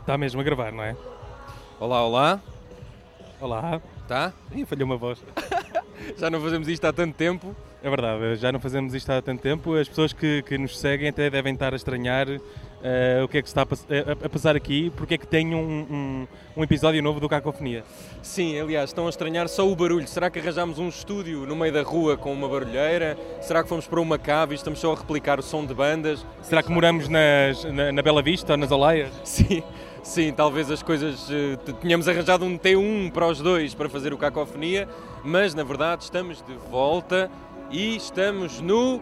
Está mesmo a gravar, não é? Olá, olá. Olá. Tá? Ih, falhou uma voz. Já não fazemos isto há tanto tempo. É verdade, já não fazemos isto há tanto tempo. As pessoas que, que nos seguem até devem estar a estranhar eh, o que é que se está a, pass- a- a passar aqui, porque é que tem um, um- um episódio novo do Cacofonia. Sim, aliás, estão a estranhar só o barulho. Será que arranjámos um estúdio no meio da rua com uma barulheira? Será que fomos para uma cave e estamos só a replicar o som de bandas? Será que moramos nas- na, na Bela Vista ou nas Olaias? Sim, sim, talvez as coisas. eh, t- Tínhamos arranjado um T1 para os dois para fazer o Cacofonia, mas na verdade estamos de volta e estamos no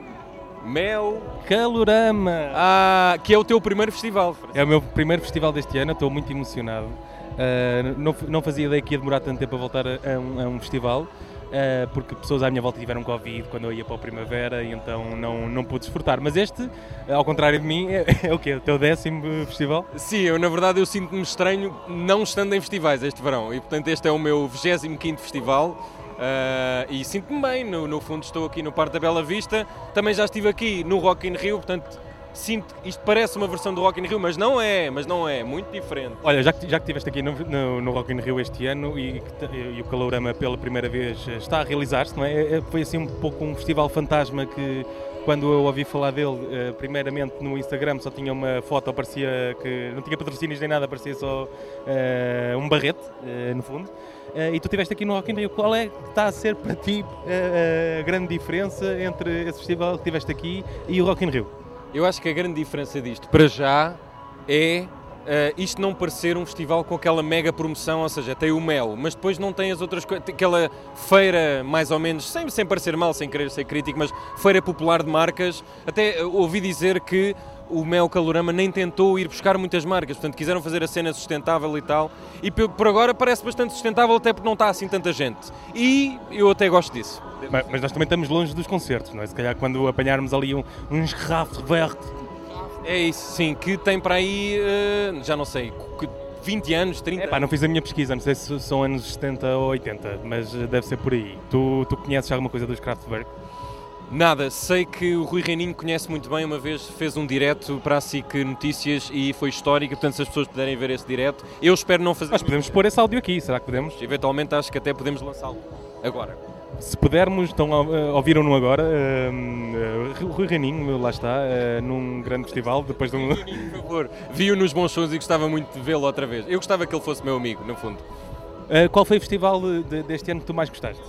Mel. Calorama! Ah, que é o teu primeiro festival. Francisco. É o meu primeiro festival deste ano, estou muito emocionado. Uh, não, não fazia ideia que ia demorar tanto tempo a voltar a, a um, a um festival, uh, porque pessoas à minha volta tiveram Covid quando eu ia para a primavera e então não, não pude desfrutar. Mas este, ao contrário de mim, é, é o quê? O teu décimo festival? Sim, eu na verdade eu sinto-me estranho não estando em festivais este verão e portanto este é o meu 25º festival ah, e sinto-me bem, no, no fundo estou aqui no Parque da Bela Vista, também já estive aqui no Rock in Rio, portanto sinto, isto parece uma versão do Rock in Rio, mas não é, mas não é, muito diferente. Olha, já que, já que estiveste aqui no, no, no Rock in Rio este ano e, que te- e o Calorama pela primeira vez está a realizar-se, não é? É- é- Foi assim um pouco um festival fantasma que, quando eu ouvi falar dele, eh, primeiramente no Instagram só tinha uma foto, parecia que não tinha patrocínios nem nada, parecia só eh, um barrete, eh, no fundo. Eh, e tu estiveste aqui no Rock in Rio, qual é que está a ser para ti eh, a grande diferença entre esse festival que estiveste aqui e o Rock in Rio? Eu acho que a grande diferença disto, para já, é ah, isto não parecer um festival com aquela mega promoção, ou seja, tem o mel, mas depois não tem as outras coisas, aquela feira mais ou menos, sem, sem parecer mal, sem querer ser crítico, mas feira popular de marcas. Até ah, ouvi dizer que o Mel Calorama nem tentou ir buscar muitas marcas, portanto quiseram fazer a cena sustentável e tal. E pe- por agora parece bastante sustentável, até porque não está assim tanta gente. E eu até gosto disso. Mas, mas nós também estamos longe dos concertos, não é? Se calhar quando apanharmos ali um, uns rafos verde, É isso, sim, que tem para aí, eh, já não sei, que 20 anos, 30 Epá, não fiz a minha pesquisa, não sei se são anos 70 ou 80, mas eh, deve ser por aí. Tu, tu conheces alguma coisa dos Kraftwerk? Nada, sei que o Rui Reininho conhece muito bem, uma vez fez um direto para a SIC Notícias e foi histórico, portanto se as pessoas puderem ver esse direto, eu espero não fazer... Nós podemos pôr esse áudio aqui, será que podemos? Eventualmente acho que até podemos lançá-lo agora. Se pudermos, então ou- ouviram-no agora, eh, eh, Rui Reininho, lá está, eh, num grande festival, depois de um... Por favor, vi-o nos bons shows e gostava muito de vê-lo outra vez. Eu gostava que ele fosse meu amigo, no fundo. Eh, Qual foi o festival eh, de- deste ano que tu mais gostaste?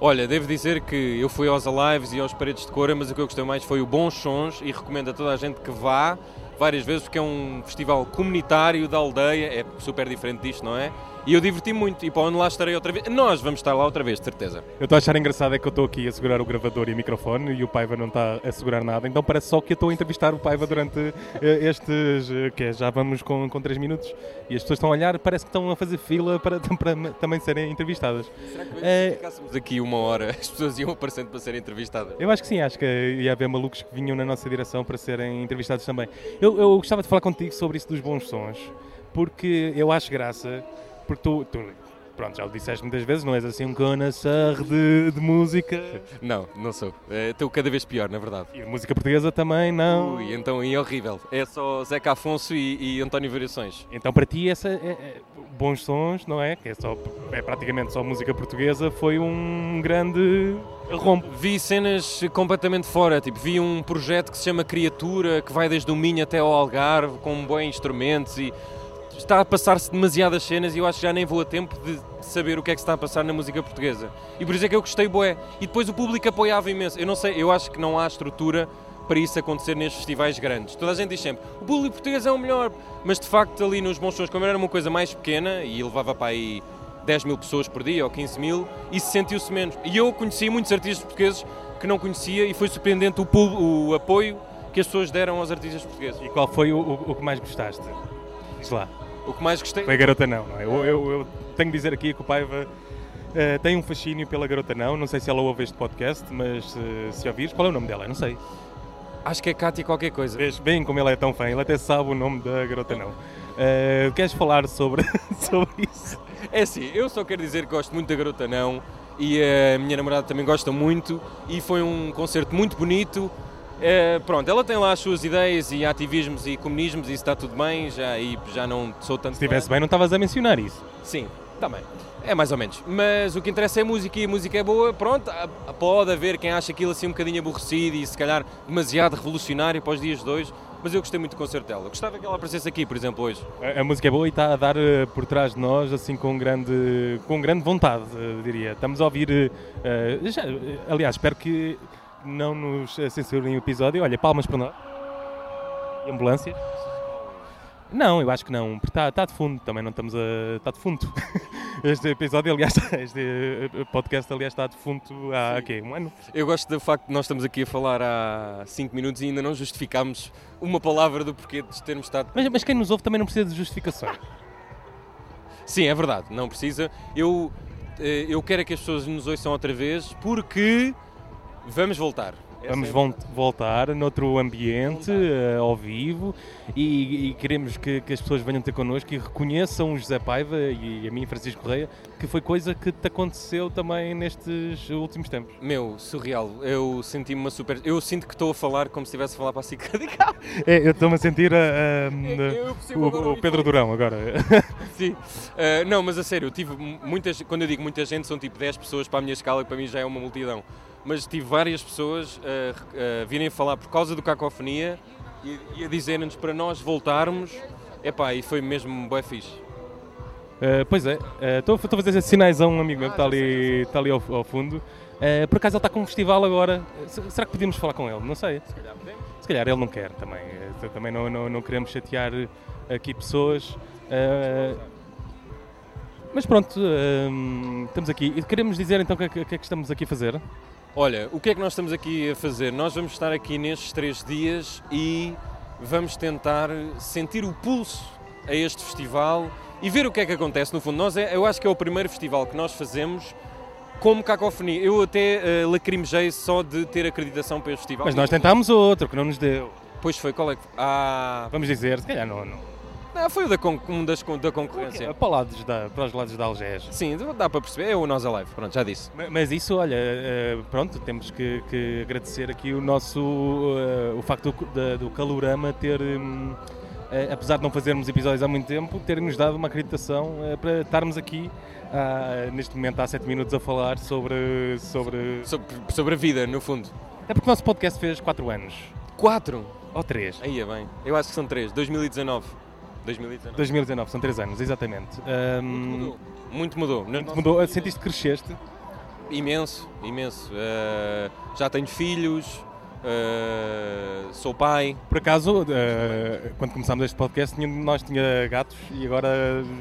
Olha, devo dizer que eu fui aos Alives e aos Paredes de Cora, mas o que eu gostei mais foi o Bons Sons e recomendo a toda a gente que vá várias vezes, porque é um festival comunitário da aldeia, é super diferente disto, não é? E eu diverti muito e para onde lá estarei outra vez. Nós vamos estar lá outra vez, de certeza. Eu estou a achar engraçado é que eu estou aqui a segurar o gravador e o microfone e o Paiva não está a segurar nada, então parece só que eu estou a entrevistar o Paiva durante eh, estes. eh, que é, já vamos com, com 3 minutos e as pessoas estão a olhar, parece que estão a fazer fila para, para m- também serem entrevistadas. Será que É. se ficássemos aqui uma hora, as pessoas iam aparecendo para serem entrevistadas? Eu acho que sim, acho que ia haver malucos que vinham na nossa direção para serem entrevistados também. Eu, eu gostava de falar contigo sobre isso dos bons sons, porque eu acho graça, porque tu. tu Pronto, já o disseste muitas vezes, não és assim um connoisseur de, de música. Não, não sou. Eh, Estou cada vez pior, na verdade. E a música portuguesa também não. Ui, então é horrível. É só Zeca Afonso e, e António Variações. Então para ti essa é- é- bons sons, não é? Que é só é praticamente só música portuguesa, foi um grande rompo. Vi cenas completamente fora, tipo, vi um projeto que se chama Criatura, que vai desde o Minho até ao Algarve, com bons instrumentos e está a passar-se demasiadas cenas e eu acho que já nem vou a tempo de saber o que é que se está a passar na música portuguesa. E por isso é que eu gostei bué. E depois o público apoiava imenso. Eu não sei, eu acho que não há estrutura para isso acontecer nestes festivais grandes. Toda a gente diz sempre, o público português é o melhor, mas de facto ali nos bons sons, como era uma coisa mais pequena e levava para aí 10 mil pessoas por dia ou 15 mil, isso sentiu-se menos. E eu conheci muitos artistas portugueses que não conhecia e foi surpreendente o, pub- o apoio que as pessoas deram aos artistas portugueses. E qual foi o, o- o que mais gostaste? Diz lá. O que mais gostei... Foi a Garota Não, não é? Eu, eu- eu tenho de dizer aqui que o Paiva eh, tem um fascínio pela Garota Não, não sei se ela ouve este podcast, mas eh, se ouvires, qual é o nome dela? Eu não sei. Acho que é Cátia qualquer coisa. Vês bem como ela é tão fã, ele até sabe o nome da Garota Não. Eh, queres falar sobre, sobre isso? É assim, eu só quero dizer que gosto muito da Garota Não e a minha namorada também gosta muito e foi um concerto muito bonito. Eh, pronto, ela tem lá as suas ideias e ativismos e comunismos e isso está tudo bem, já, e já não sou tanto. Se estivesse bem, não estavas a mencionar isso. Sim, também. É mais ou menos. Mas o que interessa é a música e a música é boa. Pronto, a- a- pode haver quem acha aquilo assim um bocadinho aborrecido e se calhar demasiado revolucionário para os dias de hoje. Mas eu gostei muito do concerto dela. Gostava que ela aparecesse aqui, por exemplo, hoje. A, a música é boa e está a dar eh, por trás de nós, assim, com grande, com grande vontade, eh, diria. Estamos a ouvir. eh, eh, já- eh, aliás, espero que não nos eh, censurem o episódio. Olha, palmas para nós. E ambulância. Não, eu acho que não, porque está tá de fundo, também não estamos a. está de fundo. Este episódio, aliás, este eh, podcast, aliás, está de fundo há Sim. quê? Um ano? Eu gosto do facto de nós estamos aqui a falar há 5 minutos e ainda não justificámos uma palavra do porquê de termos estado. Mas, mas quem nos ouve também não precisa de justificações. Sim, é verdade, não precisa. Eu, eh, eu quero é que as pessoas nos ouçam outra vez porque vamos voltar. Essa Vamos é a vol- voltar noutro ambiente, eh, ao vivo, e, e queremos que, que as pessoas venham ter connosco e reconheçam o José Paiva e a mim, Francisco Correia, que foi coisa que te aconteceu também nestes últimos tempos. Meu, surreal. Eu senti-me uma super. Eu sinto que estou a falar como se estivesse a falar para a SIC Radical. É, eu estou-me a sentir ah, É, percebo agora o, Pedro Durão agora. Sim. Ah, não, mas a sério, eu tive muitas. Quando eu digo muita gente, são tipo 10 pessoas para a minha escala, que para mim já é uma multidão. Mas tive várias pessoas a re- a virem falar por causa do cacofonia e, e a dizerem-nos para nós voltarmos. Epá, e foi mesmo bué fixe. pois é, estou a fazer esses sinais a um amigo meu que está Ah, já sei, já ali, tá ali ao, ao fundo. Eh, por acaso ele está com um festival agora. Se- Será que podíamos falar com ele? Não sei. Se calhar ele não quer também. Eh, Também não, não, não queremos chatear eh, aqui pessoas. Eh, mas pronto, eh, estamos aqui. E queremos dizer então o que, é que- o que é que estamos aqui a fazer. Olha, o que é que nós estamos aqui a fazer? Nós vamos estar aqui nestes três dias e vamos tentar sentir o pulso a este festival e ver o que é que acontece. No fundo, nós é- eu acho que é o primeiro festival que nós fazemos como cacofonia. Eu até eh, lacrimejei só de ter acreditação para este festival. Mas nós tentámos outro que não nos deu. Pois foi, qual é que. Ah, Vamos dizer, se calhar não. não. não, foi o da, con- um das, con- da concorrência. Para, lados da, para os lados da Algés. Sim, dá para perceber. É o Nós Alive, pronto, já disse. Ma- Mas isso, olha, eh, pronto, temos que, que agradecer aqui o nosso, eh, o facto do, da- do Calorama ter, hum, eh, apesar de não fazermos episódios há muito tempo, terem-nos dado uma acreditação eh, para estarmos aqui, ah, neste momento há 7 minutos a falar sobre, sobre... Sobre, sobre a vida, no fundo. É porque o nosso podcast fez 4 anos, Quatro! ou 3, Aí é bem. Eu acho que são três. 2019. 2019. 2019, são 3 anos, exatamente. Hum, Mudou. Muito mudou. muito mudou, sentiste que cresceste? Imenso, imenso. Eh, já tenho filhos, eh, sou pai. Por acaso, eh, quando começámos este podcast, nenhum de nós tinha gatos e agora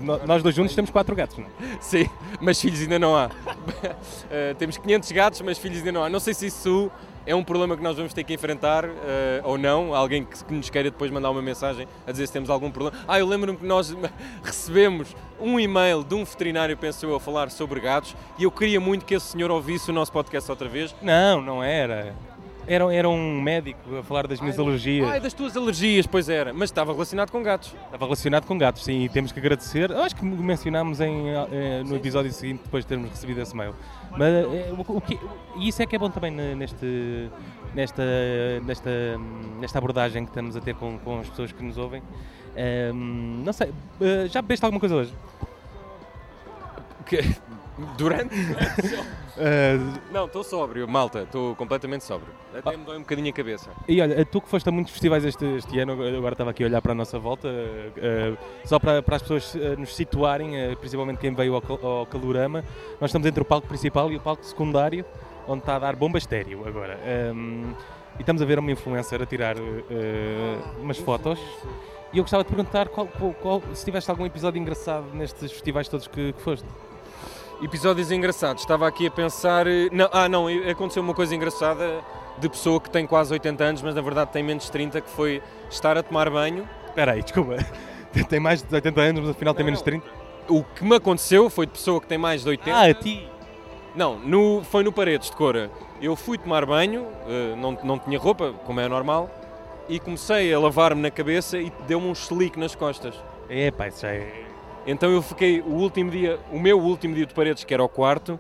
no- nós dois juntos temos 4 gatos, não é? Sim, mas filhos ainda não há. Eh, temos 500 gatos, mas filhos ainda não há. Não sei se isso é um problema que nós vamos ter que enfrentar eh, ou não. Alguém que, que nos queira depois mandar uma mensagem a dizer se temos algum problema. Ah, eu lembro-me que nós recebemos um e-mail de um veterinário, penso eu, a falar sobre gatos e eu queria muito que esse senhor ouvisse o nosso podcast outra vez. Não, não era. Era, era um médico a falar das minhas alergias. Ai, das tuas alergias, pois era. Mas estava relacionado com gatos. Estava relacionado com gatos, sim, e temos que agradecer. Eu acho que mencionámos em, eh, no episódio seguinte, depois de termos recebido esse mail. Mas eh, o, o que, e isso é que é bom também ne- neste, nesta, nesta, nesta abordagem que estamos a ter com, com as pessoas que nos ouvem. Eh, não sei, eh, já bebeste alguma coisa hoje? Que- Durante? Eh, Não, estou sóbrio, malta, estou completamente sóbrio. Até me dói um bocadinho a cabeça. E olha, tu que foste a muitos festivais este, este ano, agora agora estava aqui a olhar para a nossa volta, eh, eh, só para, para as pessoas eh, nos situarem, eh, principalmente quem veio ao, cal- ao Calorama, nós estamos entre o palco principal e o palco secundário, onde está a dar bomba estéreo agora. Ehm, e estamos a ver uma influencer a tirar eh, umas fotos. E eu gostava de perguntar qual- qual- qual- se tiveste algum episódio engraçado nestes festivais todos que, que foste. Episódios engraçados, estava aqui a pensar. eh, Não, ah, não, e- aconteceu uma coisa engraçada de pessoa que tem quase 80 anos, mas na verdade tem menos de 30, que foi estar a tomar banho. Espera aí, desculpa. Tem mais de 80 anos, mas afinal tem menos de 30. O que me aconteceu foi de pessoa que tem mais de 80. Ah, a ti! Não, no- foi no Paredes de Cora. Eu fui tomar banho, eh, não, não tinha roupa, como é normal, e comecei a lavar-me na cabeça e deu-me um chelique nas costas. É, pá, isso já é. Então eu fiquei o último dia, o meu último dia de paredes, que era o quarto,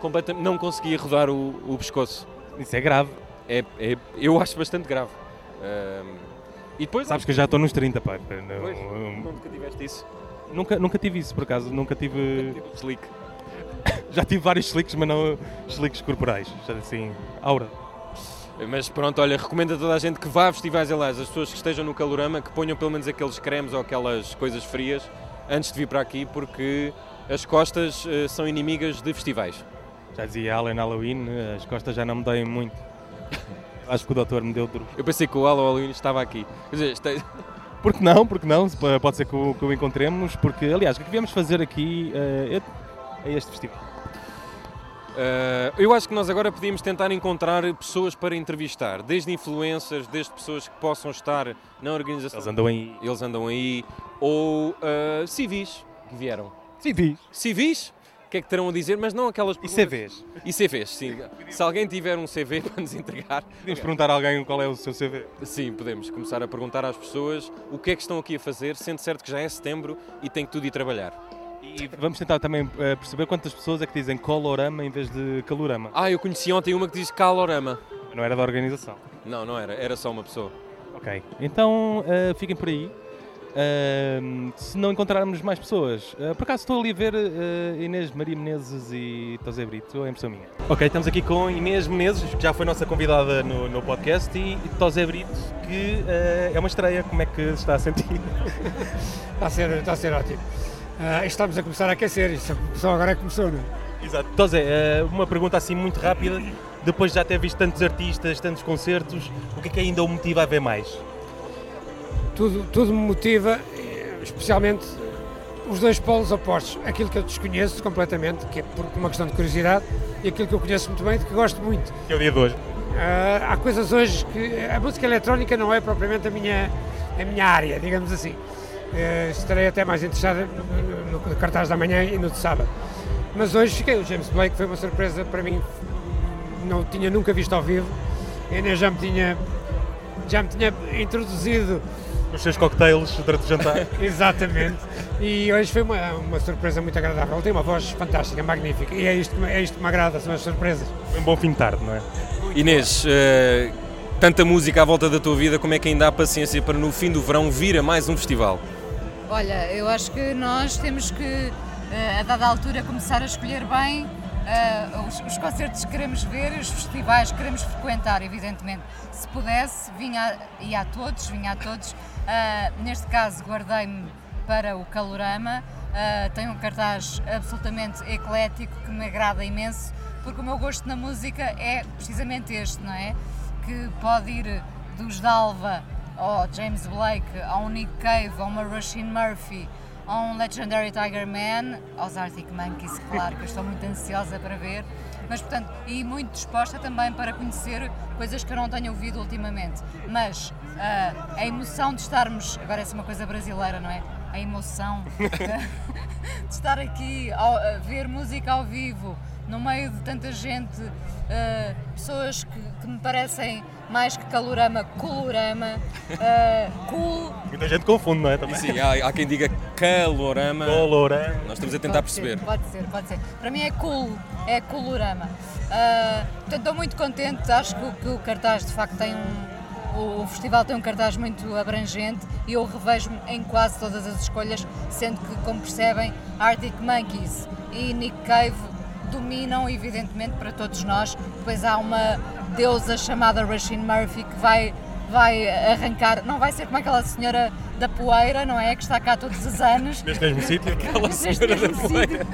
completamente, não conseguia rodar o, o pescoço. Isso é grave. é, é- eu acho bastante grave. Ahm, e depois. Sabes que eu já estou nos 30, pá. Não- Pois, nunca tiveste isso. nunca, nunca tive isso, por acaso. Nunca tive. Slick. Já tive vários slicks, mas não slicks corporais. Já assim, aura. Mas pronto, olha, recomendo a toda a gente que vá a festivais, aliás, as pessoas que estejam no calorama, que ponham pelo menos aqueles cremes ou aquelas coisas frias antes de vir para aqui, porque as costas eh, são inimigas de festivais. Já dizia Alan Halloween, as costas já não me doem muito. Acho que o doutor me deu duro. Eu pensei que o Halloween estava aqui. Quer dizer, este- Porque não, porque não, Se po- pode ser que o, que o encontremos, porque aliás, o que viemos fazer aqui eh, é é este festival. Eh, eu acho que nós agora podíamos tentar encontrar pessoas para entrevistar, desde influencers, desde pessoas que possam estar na organização. Eles andam em. Eles andam aí, ou eh, civis que vieram. CD Civis? O que é que terão a dizer? Mas não aquelas e pessoas. CVs. E CVs, sim. Se alguém tiver um CV para nos entregar, Podíamos perguntar a alguém qual é o seu CV. sim, podemos começar a perguntar às pessoas o que é que estão aqui a fazer, sendo certo que já é setembro e tem que tudo ir trabalhar. E vamos tentar também eh, perceber quantas pessoas é que dizem colorama em vez de calorama. Ah, eu conheci ontem uma que diz calorama. Não era da organização. Não, não era, era só uma pessoa. Ok. Então eh, fiquem por aí. Ahm, se não encontrarmos mais pessoas, eh, por acaso estou ali a ver eh, Inês Maria Menezes e Tosé Brito, é impressão minha. Ok, estamos aqui com Inês Menezes, que já foi nossa convidada no, no podcast, e Tosé Brito, que eh, é uma estreia. Como é que se está a sentir? Está a ser, está a ser ótimo. Ah, estamos a começar a aquecer, isto só agora é que começou, não é? Exato. Tosé, eh, uma pergunta assim muito rápida. Depois de já ter visto tantos artistas, tantos concertos, o que é que ainda o motiva a ver mais? Tudo, tudo me motiva, eh, especialmente os dois polos opostos. Aquilo que eu desconheço completamente, que é por uma questão de curiosidade, e aquilo que eu conheço muito bem, de que gosto muito. Que é o dia de hoje. Ah, há coisas hoje que a música eletrónica não é propriamente a minha, a minha área, digamos assim. Eh, estarei até mais interessado no, no cartaz da manhã e no de sábado. Mas hoje fiquei. O James Blake foi uma surpresa para mim. Não o tinha nunca visto ao vivo. Ainda já me tinha, já me tinha introduzido Os seus cocktails durante o jantar. Exatamente. E hoje foi uma, uma surpresa muito agradável. Ele tem uma voz fantástica, magnífica. E é isto, que me- é isto que me agrada, são as surpresas. Foi um bom fim de tarde, não é? Inês, eh, tanta música à volta da tua vida, como é que ainda há paciência para no fim do verão vir a mais um festival? Olha, eu acho que nós temos que, eh, a dada altura, começar a escolher bem eh, os, os concertos que queremos ver e os festivais que queremos frequentar, evidentemente. Se pudesse, vinha a, ia a todos, vinha a todos. Ah, neste caso, guardei-me para o Calorama. Ah, tem um cartaz absolutamente eclético que me agrada imenso, porque o meu gosto na música é precisamente este, não é? Que pode ir dos Dalva ao James Blake, a um Nick Cave, a uma Rushin Murphy, a um Legendary Tiger Man, aos Arctic Monkeys, claro, que eu estou muito ansiosa para ver, mas portanto, e muito disposta também para conhecer coisas que eu não tenho ouvido ultimamente. Mas ah, a emoção de estarmos, agora essa é uma coisa brasileira, não é? A emoção de estar aqui ao- a ver música ao vivo no meio de tanta gente, eh, pessoas que, que me parecem mais que calorama, colorama, eh, cool. Muita gente confunde, não é? E Também. sim, há, há quem diga calorama. Colorama. Nós estamos a tentar Pode ser, perceber. Pode ser, pode ser. Para mim é cool, é colorama. Ah, portanto, estou muito contente, acho que, o- que o cartaz de facto tem um. O, o festival tem um cartaz muito abrangente e eu revejo-me em quase todas as escolhas, sendo que, como percebem, Arctic Monkeys e Nick Cave dominam, evidentemente, para todos nós. Depois há uma deusa chamada Rashid Murphy que vai vai arrancar, não vai ser como aquela senhora da poeira, não é? Que está cá todos os anos. Neste mesmo sítio. Neste senhora da mesmo sítio.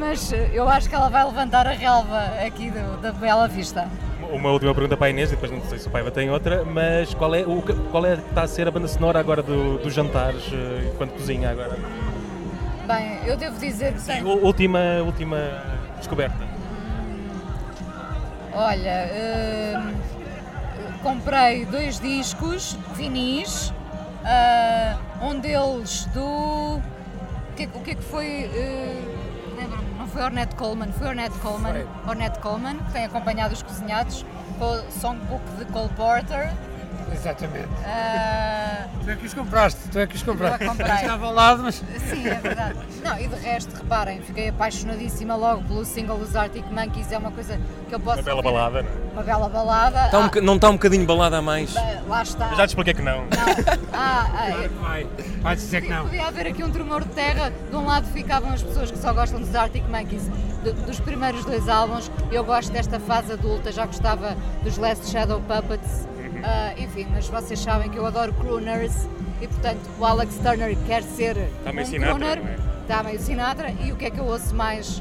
Mas eh, eu acho que ela vai levantar a relva aqui do- da Bela Vista. Uma última pergunta para a Inês, e depois não sei se o Paiva tem outra, mas qual é, o, que- qual é que está a ser a banda sonora agora do- dos jantares, eh, enquanto cozinha agora? Bem, eu devo dizer que tenho- U- Última, última descoberta. Olha, hum, comprei dois discos vinis, ah, um deles do. O que, é que- o que é que foi? eh, Lembro-me, não foi Ornette Coleman, foi Ornette Coleman, Ornette Coleman, que tem acompanhado os cozinhados, com o songbook de Cole Porter, Exatamente. Ah, Tu é que os compraste, tu é que os compraste. Eu a comprei. Estava ao lado, mas. Sim, é verdade. Não, e de resto, reparem, fiquei apaixonadíssima logo pelo single dos Arctic Monkeys, é uma coisa que eu posso. Uma bela ouvir. balada, não é? Uma bela balada. Tá um Ah, boca- não está um bocadinho balada a mais? bem, Lá está. Já te expliquei que não. Não, ah, ah, é- Vai, vai dizer que não. Podia haver aqui um tremor de terra. De um lado ficavam as pessoas que só gostam dos Arctic Monkeys do- dos primeiros dois álbuns. Eu gosto desta fase adulta, já gostava dos Last Shadow Puppets. Uhum. Ah, enfim, mas vocês sabem que eu adoro crooners e, portanto, o Alex Turner quer ser Tá meio um Sinatra, crooner. não é? Está meio Sinatra. E o que é que eu ouço mais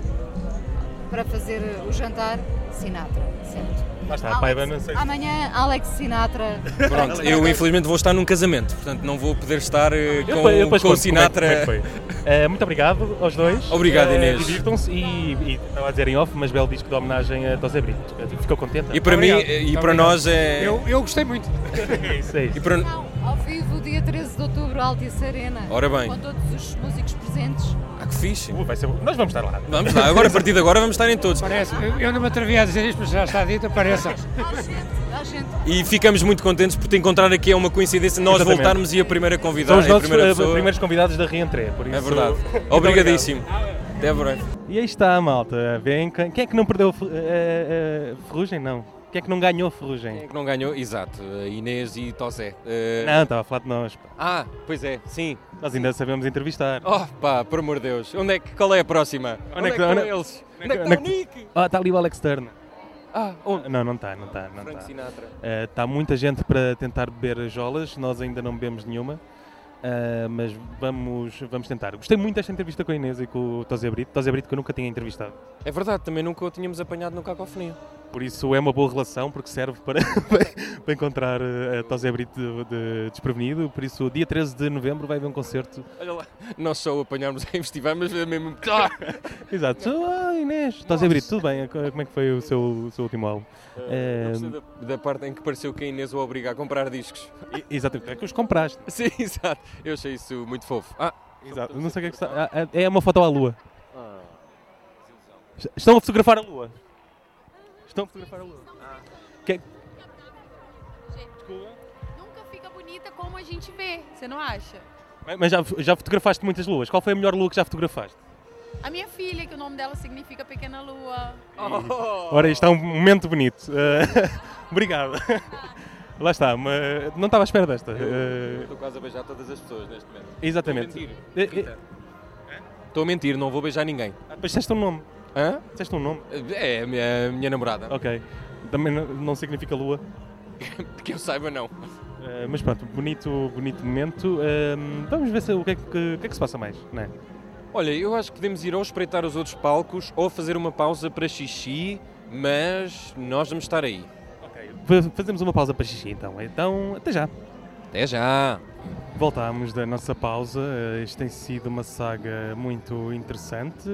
para fazer o jantar? Sinatra, certo. Lá está, Alex- a Paiva, Tá, não sei. se- Amanhã, Alex Sinatra. Pronto, é eu infelizmente vou estar num casamento, portanto não vou poder estar eh, Eu com, depois- eu depois com o conto como é que- Sinatra. como é que foi. Eh, muito obrigado aos dois. Obrigado, Eh, Inês. Divirtam-se e, e estava a dizer em off, mas belo disco de homenagem a Tosé Brito. Ficou contente? E para Obrigado. mim eh, e Muito para obrigado. nós é. Eu, eu gostei muito. É isso, é isso. E para... Não, ao vivo, dia 13 de outubro, Altice Arena. Ora bem. Com todos os músicos presentes. Ah, que fixe! Uh, vai ser bom. Nós vamos estar lá. Vamos lá, agora a partir de agora vamos estar em todos. Parece. Eu, eu não me atrevi a dizer isto, mas já está dito, pareça. Há gente, há gente. E ficamos muito contentes por te encontrar aqui, é uma coincidência nós Exatamente. voltarmos e a primeira convidada, São os a nossos É, primeira eh, pessoa. primeiros convidados da Reentré, por isso... É verdade. Muito Obrigadíssimo. Até a breve. E aí está a malta. Vem, quem quem é que não perdeu fe- eh, eh, ferrugem? Não. Quem é que não ganhou ferrugem? Quem é que não ganhou? Exato, eh, Inês e Tosé. Eh, Não, estava a falar de nós. pá. Ah, pois é, sim. Nós ainda sabemos entrevistar. Oh, pá, por amor de Deus. Onde é que, qual é a próxima? Onde, é que estão onde- eles? Onde, onde- é que onde- está o Nick? Ah, está ali o Alex Turner. Ah, onde? Não, não está, não está. Não Frank está. Sinatra. Eh, Está muita gente para tentar beber as jolas, nós ainda não bebemos nenhuma, eh, mas vamos, vamos tentar. Gostei muito desta entrevista com a Inês e com o Tosé Brito, Tosé Brito que eu nunca tinha entrevistado. É verdade, também nunca o tínhamos apanhado no Cacofonia. Por isso é uma boa relação, porque serve para, para encontrar eh, a Tosé Brito de- de- desprevenido. Por isso, dia 13 de novembro vai haver um concerto. Olha lá, nós só o apanhámos em festival, mas é mesmo. Ah! Exato. Ah, Inês, Tosé Brito, tudo bem? Como é que foi o seu, o seu último álbum? Eh, Eh, Eu gostei da, da parte em que pareceu que a Inês o obriga a comprar discos. E- Exatamente, é que os compraste. Sim, exato. Eu achei isso muito fofo. Ah, Exato. Não sei o que é que está. ah, ah, É uma foto à lua. Estão a fotografar a lua. Estão a fotografar a lua. Que- Nunca fica bonita como a gente vê, você não acha? Mas- Mas já, já fotografaste muitas luas. Qual foi a melhor lua que já fotografaste? A minha filha, que o nome dela significa Pequena Lua. Ora, isto é um momento bonito. Eh, obrigado. Lá está, mas não estava à espera desta. Eh, estou quase a beijar todas as pessoas neste momento. exatamente. Estou a mentir. Eh, eh, Estou a mentir, não vou beijar ninguém. ah, Depois disseste um nome. Hã? Disseste um nome. É a minha, a minha namorada. Ok. Também não- não significa lua. Que eu saiba, não. Eh, mas pronto, bonito, bonito momento. Eh, vamos ver se, o que é que, o que é que se passa mais, não é? Olha, eu acho que podemos ir ou espreitar os outros palcos ou fazer uma pausa para xixi, mas nós vamos estar aí. Fa- Fazemos uma pausa para xixi então. Então, até já. Até já! Voltámos da nossa pausa. Eh, Isto tem sido uma saga muito interessante.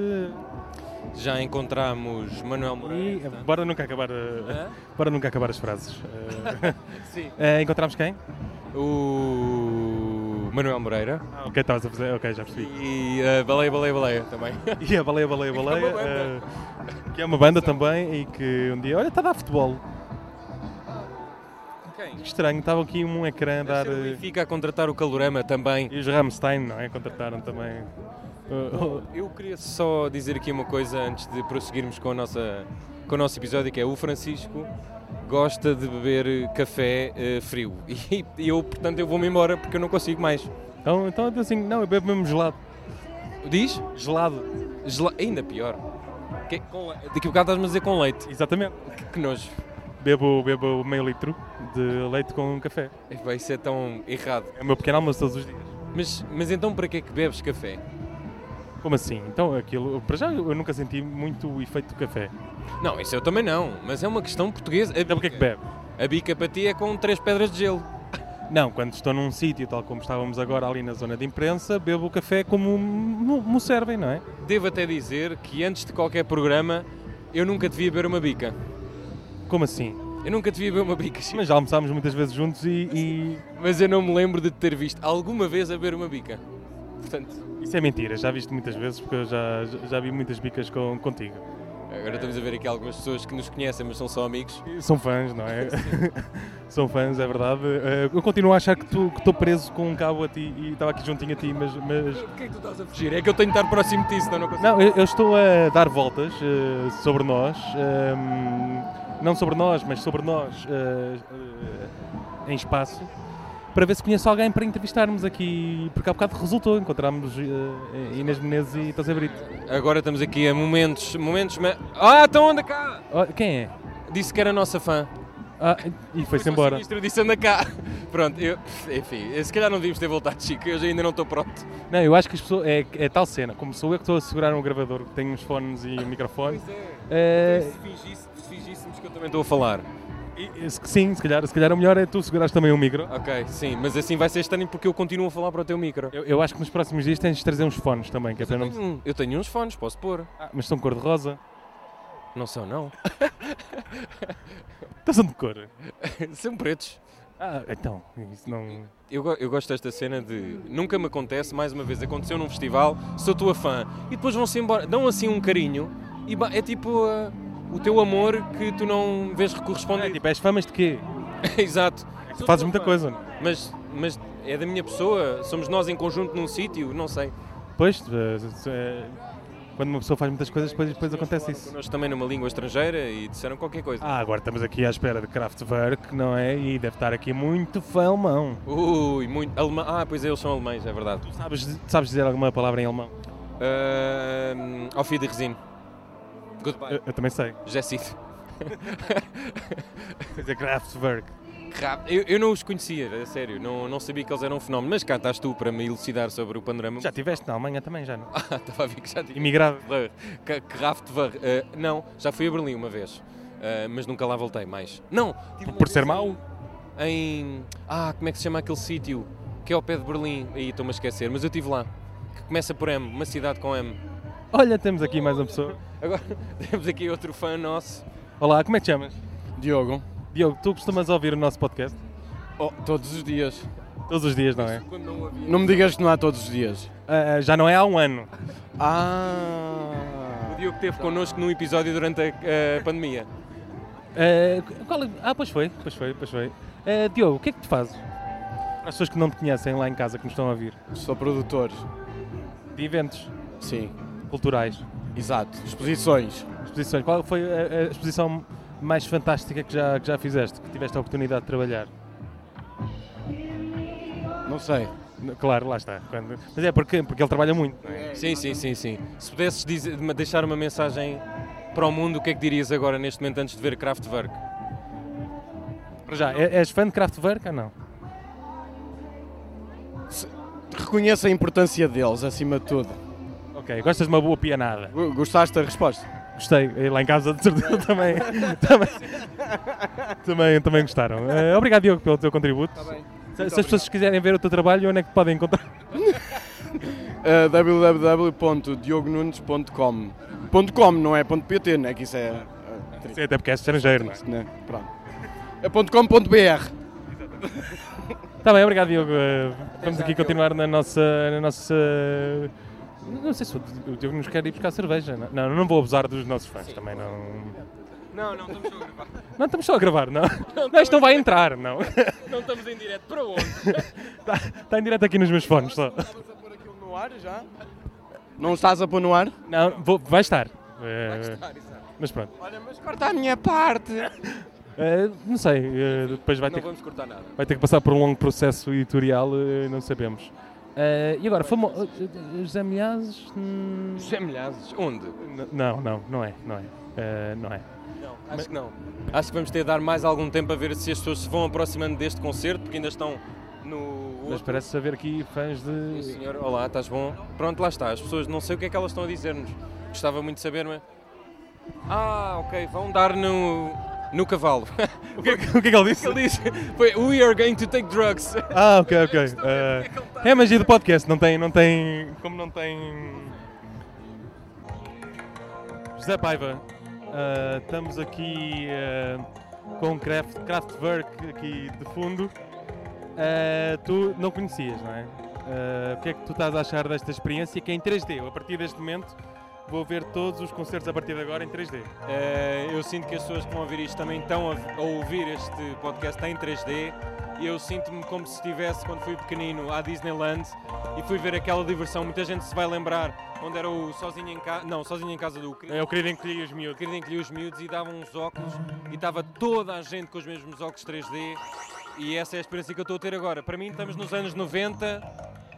Já encontramos Manuel E Moreira. bora nunca acabar, eh, Hã? bora nunca acabar as frases. Eh, Sim. eh, encontramos quem? O Manuel Moreira. Ah, ok, estavas a fazer. Ok, já percebi. E a Baleia, Baleia, Baleia também. E a Baleia, Baleia, Baleia, uma banda. eh, que é uma banda também e que um dia. Olha, está a dar futebol. Que estranho, estava aqui um ecrã a dar. eh, Fica a contratar o Calorama também. E os Rammstein, não é? Contrataram também. Eh, oh, Eu queria só dizer aqui uma coisa antes de prosseguirmos com, a nossa, com o nosso episódio, que é o Francisco gosta de beber café eh, frio. E eu, portanto, eu vou-me embora porque eu não consigo mais. Então, então eu digo assim, não, eu bebo mesmo gelado. Diz? Gelado. Gela- Ainda pior. Que- com le- Daqui a bocado estás-me a dizer com leite. Exatamente. Que nojo. Bebo, bebo meio litro de leite com café. Epá, Isso é tão errado. É o meu pequeno almoço todos os dias. Mas, mas então para que é que bebes café? Como assim? Então aquilo. Para já eu eu nunca senti muito o efeito do café. Não, isso eu também não. Mas é uma questão portuguesa. A Então porque é que bebe? A bica para ti é com três pedras de gelo. Não, quando estou num sítio, tal como estávamos agora ali na zona de imprensa, bebo o café como me me servem, não é? Devo até dizer que antes de qualquer programa eu nunca devia beber uma bica. Como assim? Eu nunca devia beber uma bica, Chico, Mas já almoçámos muitas vezes juntos e. e- mas eu não me lembro de te ter visto alguma vez a beber uma bica. Portanto, Isso é mentira, já viste muitas vezes, porque eu já, já vi muitas bicas com, contigo. Agora estamos a ver aqui algumas pessoas que nos conhecem, mas são só amigos. São fãs, não é? São fãs, é verdade. Eh, Eu continuo a achar que tu- que estou preso com um cabo a ti e estava aqui juntinho a ti, mas. mas... O que é que tu estás a fugir? É que eu tenho de estar próximo de ti, senão não consigo. Não, eu, eu estou a dar voltas eh, sobre nós. ehm, não sobre nós, mas sobre nós eh, eh, em espaço. Para ver se conheço alguém para entrevistarmos aqui. Porque há bocado resultou. Encontramos eh, Inês Menezes e Tose Brito. Agora estamos aqui a momentos, momentos... ma- Ah, então anda cá! Oh, quem é? Disse que era a nossa fã. Ah, e foi-se Pois, embora. O ministro disse anda cá. Pronto, eu, enfim, se calhar não devíamos ter voltado, Chico, eu ainda não estou pronto. Não, eu acho que as pessoas. É, é tal cena, como sou eu que estou a segurar um gravador, que tenho uns fones e um microfone. é. eh, fingíssemos que eu também estou a falar. e- e se- sim, se calhar, se calhar o melhor é tu segurares também um micro. Ok, sim, mas assim vai ser estranho porque eu continuo a falar para o teu micro. Eu, eu acho que nos próximos dias tens de trazer uns fones também, que é para não. Hum, Eu tenho uns fones, posso pôr. Ah, mas são cor-de-rosa. Não são, não. Então são de cor. são pretos. Ah, então, isso não. Eu, go- eu gosto desta cena de nunca me acontece, mais uma vez, aconteceu num festival, sou tua fã, e depois vão-se embora, dão assim um carinho, e ba- é tipo ah, o teu amor que tu não vês É, correspondido. tipo, és fã, mas de quê? Exato. Tu fazes muita coisa. não? Mas, mas é da minha pessoa? Somos nós em conjunto num sítio? Não sei. Pois, eh, se- eh, quando uma pessoa faz muitas coisas, depois, depois acontece isso. Nós também numa língua estrangeira e disseram qualquer coisa. Ah, agora estamos aqui à espera de Kraftwerk, não é? E deve estar aqui muito fã mão. Ui, muito. Alemã. Ah, pois é, eles são alemães, é verdade. Sabes, sabes dizer alguma palavra em alemão? Uh, auf Wiedersehen. Goodbye. Eh, Eu, eu também sei. Jessif. Sei dizer Kraftwerk. Eu, eu não os conhecia, a sério. Não, não sabia que eles eram um fenómeno. Mas cá estás tu para me elucidar sobre o panorama. Já estiveste na Alemanha também, já não? Ah, estava a ver que já tinha. Imigrado. K- Kraftwerk. Eh, não, já fui a Berlim uma vez. Eh, mas nunca lá voltei mais. Não! tive uma Por ser vez mau? em. Ah, como é que se chama aquele sítio? Que é ao pé de Berlim. Aí estou-me a esquecer, mas eu estive lá. Que começa por M, uma cidade com M. Olha, temos aqui mais uma pessoa. Agora temos aqui outro fã nosso. Olá, como é que te chamas? Diogo, Diogo, tu costumas ouvir o nosso podcast? oh, todos os dias. Todos os dias, não é? Não me digas que não há todos os dias. Ah, já não é há um ano. Ah! O Diogo esteve connosco num episódio durante a eh, pandemia. Ah, qual é- Ah, pois foi, pois foi, pois foi. Ah, Diogo, o que é que tu fazes? Para as pessoas que não te conhecem lá em casa, que nos estão a ouvir. Sou produtor. De eventos Sim, culturais, exato. Exposições. exposições. Qual foi a, a exposição mais fantástica que já, que já fizeste, que tiveste a oportunidade de trabalhar? Não sei. Claro, lá está. Quando- Mas é porque, porque ele trabalha muito, não é? Sim, sim, sim, sim. Se pudesses dizer- ma- deixar uma mensagem para o mundo, o que é que dirias agora neste momento antes de ver Kraftwerk? Para já, é- és fã de Kraftwerk ou não? Reconheço a importância deles, acima de tudo. Ok, gostas de uma boa pianada. Go- Gostaste da resposta? Gostei, eh, lá em casa de certeza também, também, também, também gostaram. Eh, obrigado, Diogo, pelo teu contributo. Se, se as pessoas quiserem ver o teu trabalho, onde é que podem encontrar? Uh, www.diogonunes.com Ponto .com, não é ponto .pt, não é que isso é... uh, triste, Sim, até porque é estrangeiro, não é? né? Pronto. É ponto .com.br. Está Tá bem, obrigado, Diogo. Eh, Vamos aqui continuar na nossa, na nossa... Não sei se o o Diogo nos quer ir buscar cerveja. não- Não, não vou abusar dos nossos fãs, também não... Não, não estamos a gravar. Não, estamos só a gravar, não? Não, isto não vai entrar, não. Não estamos em direto para onde? Está, está em direto aqui nos meus fones só. Estavas a pôr aquilo no ar já? Não estás a pôr no ar? Não, vou, vai estar. Eh, Mas pronto. Olha, mas corta a minha parte. Eh, não sei, eh, depois vai ter, Não que- vamos cortar nada. vai ter que passar por um longo processo editorial, eh, não sabemos. Eh, e agora, famo... eh, José Milhazes? Hum, Gemelhazes. Onde? n- Não, não, não é, não é. Eh, não é. Acho que não. Acho que vamos ter de dar mais algum tempo a ver se as pessoas se vão aproximando deste concerto, porque ainda estão no. Mas parece haver aqui fãs Sim, de. Senhor, olá, estás bom? Pronto, lá está. As pessoas não sei o que é que elas estão a dizer-nos. Gostava muito de saber, mas. Ah, ok, vão dar no. no cavalo. o que é que O que é que ele disse? ele disse? Foi We are going to take drugs. Ah, ok, ok. Eh, é a magia do podcast, não tem, não tem. Como não tem. José Paiva, eh, estamos aqui eh, com Kraft, Kraftwerk aqui de fundo. Eh, tu não conhecias, não é? Eh, o que é que tu estás a achar desta experiência que é em 3D? A partir deste momento Vou ver todos os concertos a partir de agora em 3D. Eh, eu sinto que as pessoas que vão ouvir isto também estão a, a ouvir este podcast em 3D e eu sinto-me como se estivesse quando fui pequenino à Disneyland e fui ver aquela diversão. Muita gente se vai lembrar onde era o Sozinho em Casa, não, Sozinho em Casa do É o querido encolhi os miúdos. querido encolhia os miúdos e davam uns óculos e estava toda a gente com os mesmos óculos 3D e essa é a experiência que eu estou a ter agora. Para mim estamos nos anos 90,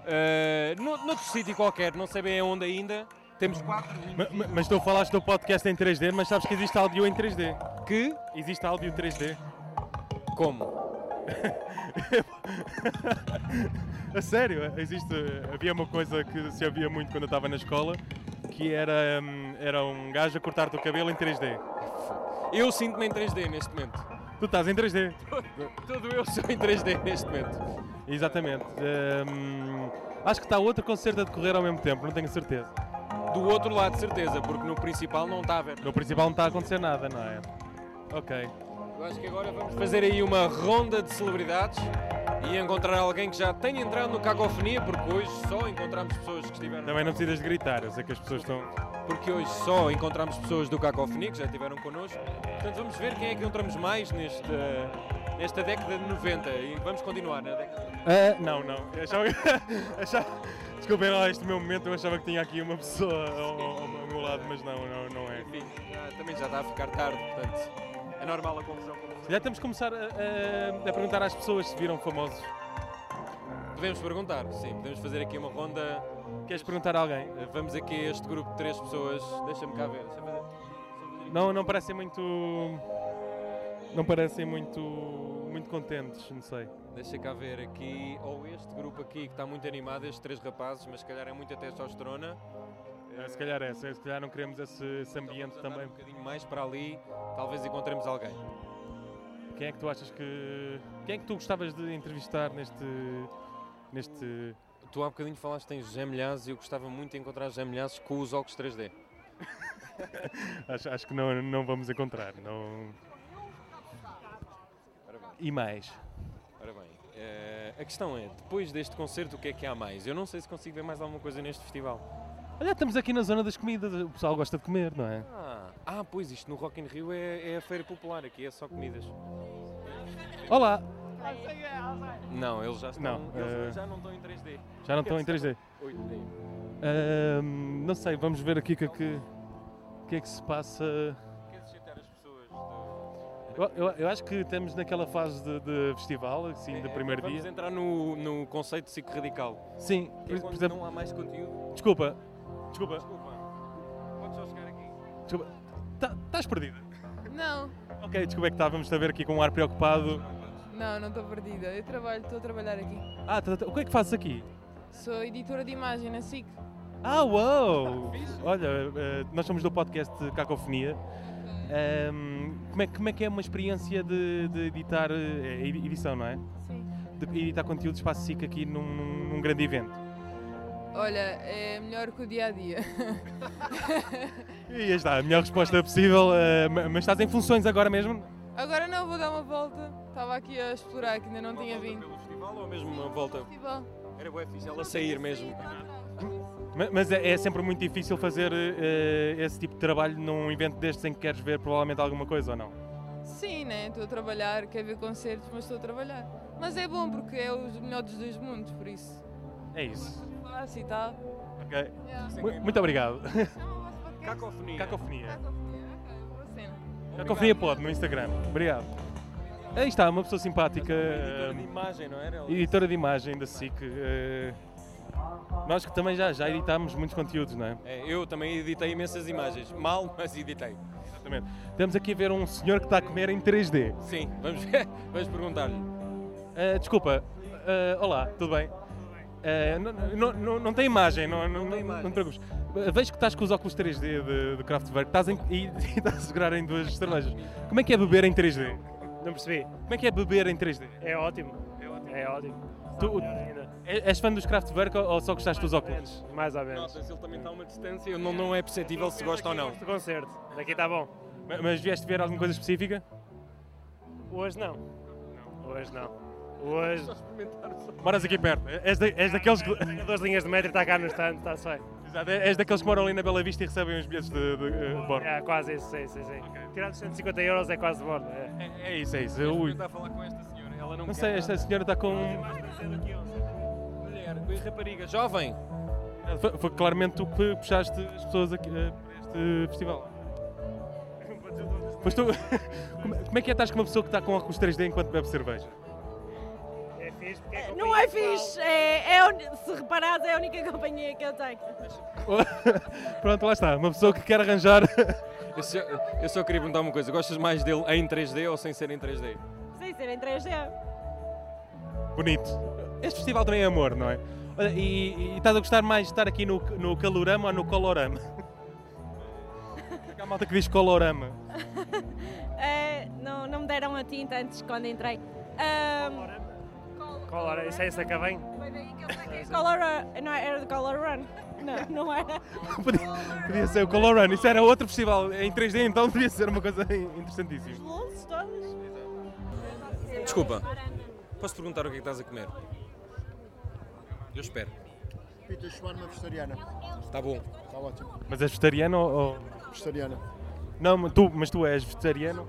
eh, no, noutro sítio qualquer, não sei bem aonde ainda, temos quatro Ma- ma- Mas tu falaste do podcast em 3D, mas sabes que existe áudio em 3D. que... Existe áudio 3D. Como? A sério, existe. Havia uma coisa que se havia muito quando eu estava na escola, que era, hum, era um gajo a cortar-te o cabelo em 3D. Eu sinto-me em 3D neste momento. Tu estás em 3D. Todo eu sou em 3D neste momento. Exatamente. Hum, acho que está outro concerto a decorrer ao mesmo tempo, não tenho certeza. Do outro lado, certeza, porque no principal não está a ver. No principal não está a acontecer nada, não é? Ok. Eu acho que agora vamos fazer aí uma ronda de celebridades e encontrar alguém que já tenha entrado no Cacofonia, porque hoje só encontramos pessoas que estiveram. Também não precisas de gritar, eu sei que as pessoas estão. Porque hoje só encontramos pessoas do Cacofonia que já estiveram connosco. Portanto, vamos ver quem é que encontramos mais nesta, nesta década de 90 e vamos continuar na década de 90. Não, não. Eu achava que... achava... Desculpem lá este meu momento, eu achava que tinha aqui uma pessoa ao, ao- ao meu lado, mas não, não, não é. Enfim, já- também já está a ficar tarde, portanto, é normal a confusão. Já temos de começar a, a- a perguntar às pessoas se viram famosos. Podemos perguntar, sim, podemos fazer aqui uma ronda. Queres perguntar a alguém? Eh, Vamos aqui a este grupo de três pessoas. Deixa-me cá ver. deixa-me fazer- Não, não parecem muito. Não parecem muito. muito contentes, não sei. Deixa cá ver aqui. Ou este grupo aqui que está muito animado, estes três rapazes, mas se calhar é muita testosterona. É, se calhar é, se se calhar não queremos esse, esse Então ambiente vamos andar também. Um bocadinho mais para ali, talvez encontremos alguém. Quem é que tu achas que. Quem é que tu gostavas de entrevistar neste. neste. Tu há bocadinho falaste em José Milhazes e eu gostava muito de encontrar José Milhazes com os óculos 3D. Acho, acho que não, não vamos encontrar. Não... E mais? Ora bem, eh, a questão é, depois deste concerto, o que é que há mais? Eu não sei se consigo ver mais alguma coisa neste festival. Olha, estamos aqui na zona das comidas, o pessoal gosta de comer, não é? Ah, ah pois isto no Rock in Rio é, é a feira popular, aqui é só comidas. Olá! Não, eles já estão, Não, eles eh, já não estão em 3D. Já não estão em 3D. 8D. Ahm, não sei, vamos ver aqui o que, é que, o que é que se passa. Queres chatear as pessoas? Eu, eu- eu acho que estamos naquela fase de, de festival, assim, do primeiro É, Vamos dia. entrar no, no conceito de ciclo radical. Sim, Que é por, por quando exemplo, não há mais conteúdo. desculpa, desculpa, Desculpa. Podes só chegar aqui. desculpa. Tá- Estás perdida? Não, Ok, desculpa é que estávamos a ver aqui com um ar preocupado. não, não estou perdida. Eu trabalho, estou a trabalhar aqui. Ah, tá- tá- o que é que fazes aqui? Sou editora de imagem na SIC. Ah, uau! Olha, eh, nós somos do podcast Cacofonia. Ahm, como, é, como é que é uma experiência de, de editar, eh, é edi- edição, não é? Sim. De editar conteúdo de espaço SIC aqui num, num- num grande evento. Olha, é melhor que o dia a dia. E aí está, a melhor resposta possível, eh, ma- mas estás em funções agora mesmo? Agora não, vou dar uma volta. Estava aqui a explorar, que ainda não tinha vindo. Tipo, Pelo festival ou mesmo uma volta? Festival. Era bué fixe ela sair mesmo. Ma- Mas é, é sempre muito difícil fazer eh, esse tipo de trabalho num evento destes em que queres ver provavelmente alguma coisa ou não? Sim, né? Estou a trabalhar, quero ver concertos, mas estou a trabalhar. Mas é bom porque é o melhor dos dois mundos, por isso. tá. É isso. Classe e tal. Ok. Yeah. Mu- Muito obrigado. Chama o vosso podcast. Cacofonia. Cacofonia. Ok, boa cena. Cacofonia pode no Instagram. Obrigado. Aí está, uma pessoa simpática. Editora de eh, imagem, não era? Ela- Editora de imagem da SIC. eh, Nós que também já, já editámos muitos conteúdos, não é? É, eu também editei imensas imagens. Mal, mas editei. Exatamente. Estamos aqui a ver um senhor que está a comer em 3D. Sim, vamos ver. Vamos perguntar-lhe. Eh, desculpa. eh, olá, tudo bem? Eh, não, não, não, não tem imagem, não, não, não, não te preocupes. Eh, Vejo que estás com os óculos 3D de, de Kraftwerk estás em- e, e estás a segurar em duas cervejas. Como é que é beber em 3D? Não percebi. Como é que é beber em 3D? É ótimo. É ótimo. É ótimo. Tu- Melhor ainda. É- És fã dos Kraftwerk ou ou só gostaste dos óculos? Mais ou menos. Notas, ele também está a uma distância. Não, não é perceptível se gosta ou não. Este concerto. Daqui tá está bom. Ma- Mas vieste ver alguma coisa específica? Hoje não. Hoje não. Hoje. Moras aqui perto. És, da- és daqueles que. tá Tenho duas linhas de metro e está cá no stand, está só. Exato, é, és daqueles que moram ali na Bela Vista e recebem os bilhetes de, de, de bordo. É, quase isso, sim, sim, sim. Tirando 150 euros é quase bordo. É. É, é isso, é isso. Eu Ui. estou a falar com esta senhora, ela não, Não quer sei, nada. esta senhora está com. mulher, rapariga, jovem. Foi, foi claramente tu que puxaste as pessoas aqui, eh, para este festival. Pois tu. Como como é que é estás com uma pessoa que está com óculos 3D enquanto bebe cerveja? É fixe porque é Não é fixe, é, é a uni- se reparares, é a única companhia que eu tenho. Pronto, lá está, uma pessoa que quer arranjar. Eu só, eu só queria perguntar uma coisa: gostas mais dele em 3D ou sem ser em 3D? Sem ser em 3D. Bonito. Este festival também é amor, não é? Olha, E, e estás a gostar mais de estar aqui no, no calorama ou no colorama? Há malta que diz colorama. Eh, não, não me deram a tinta antes quando entrei. Ahm, col- Color, isso é isso, acabei. Foi daí que eu saquei Color Run. Não, era do Color Run. Não, não era. Podia, podia ser o Color Run, isso era outro festival em 3D, então devia ser uma coisa interessantíssima. Os luzes todas. Desculpa, posso perguntar o que é que estás a comer? Eu espero. Pita Schwarma vegetariana. Está bom. Está ótimo. Mas és vegetariano ou. ou- Vegetariana. Não, mas tu, mas tu és vegetariano?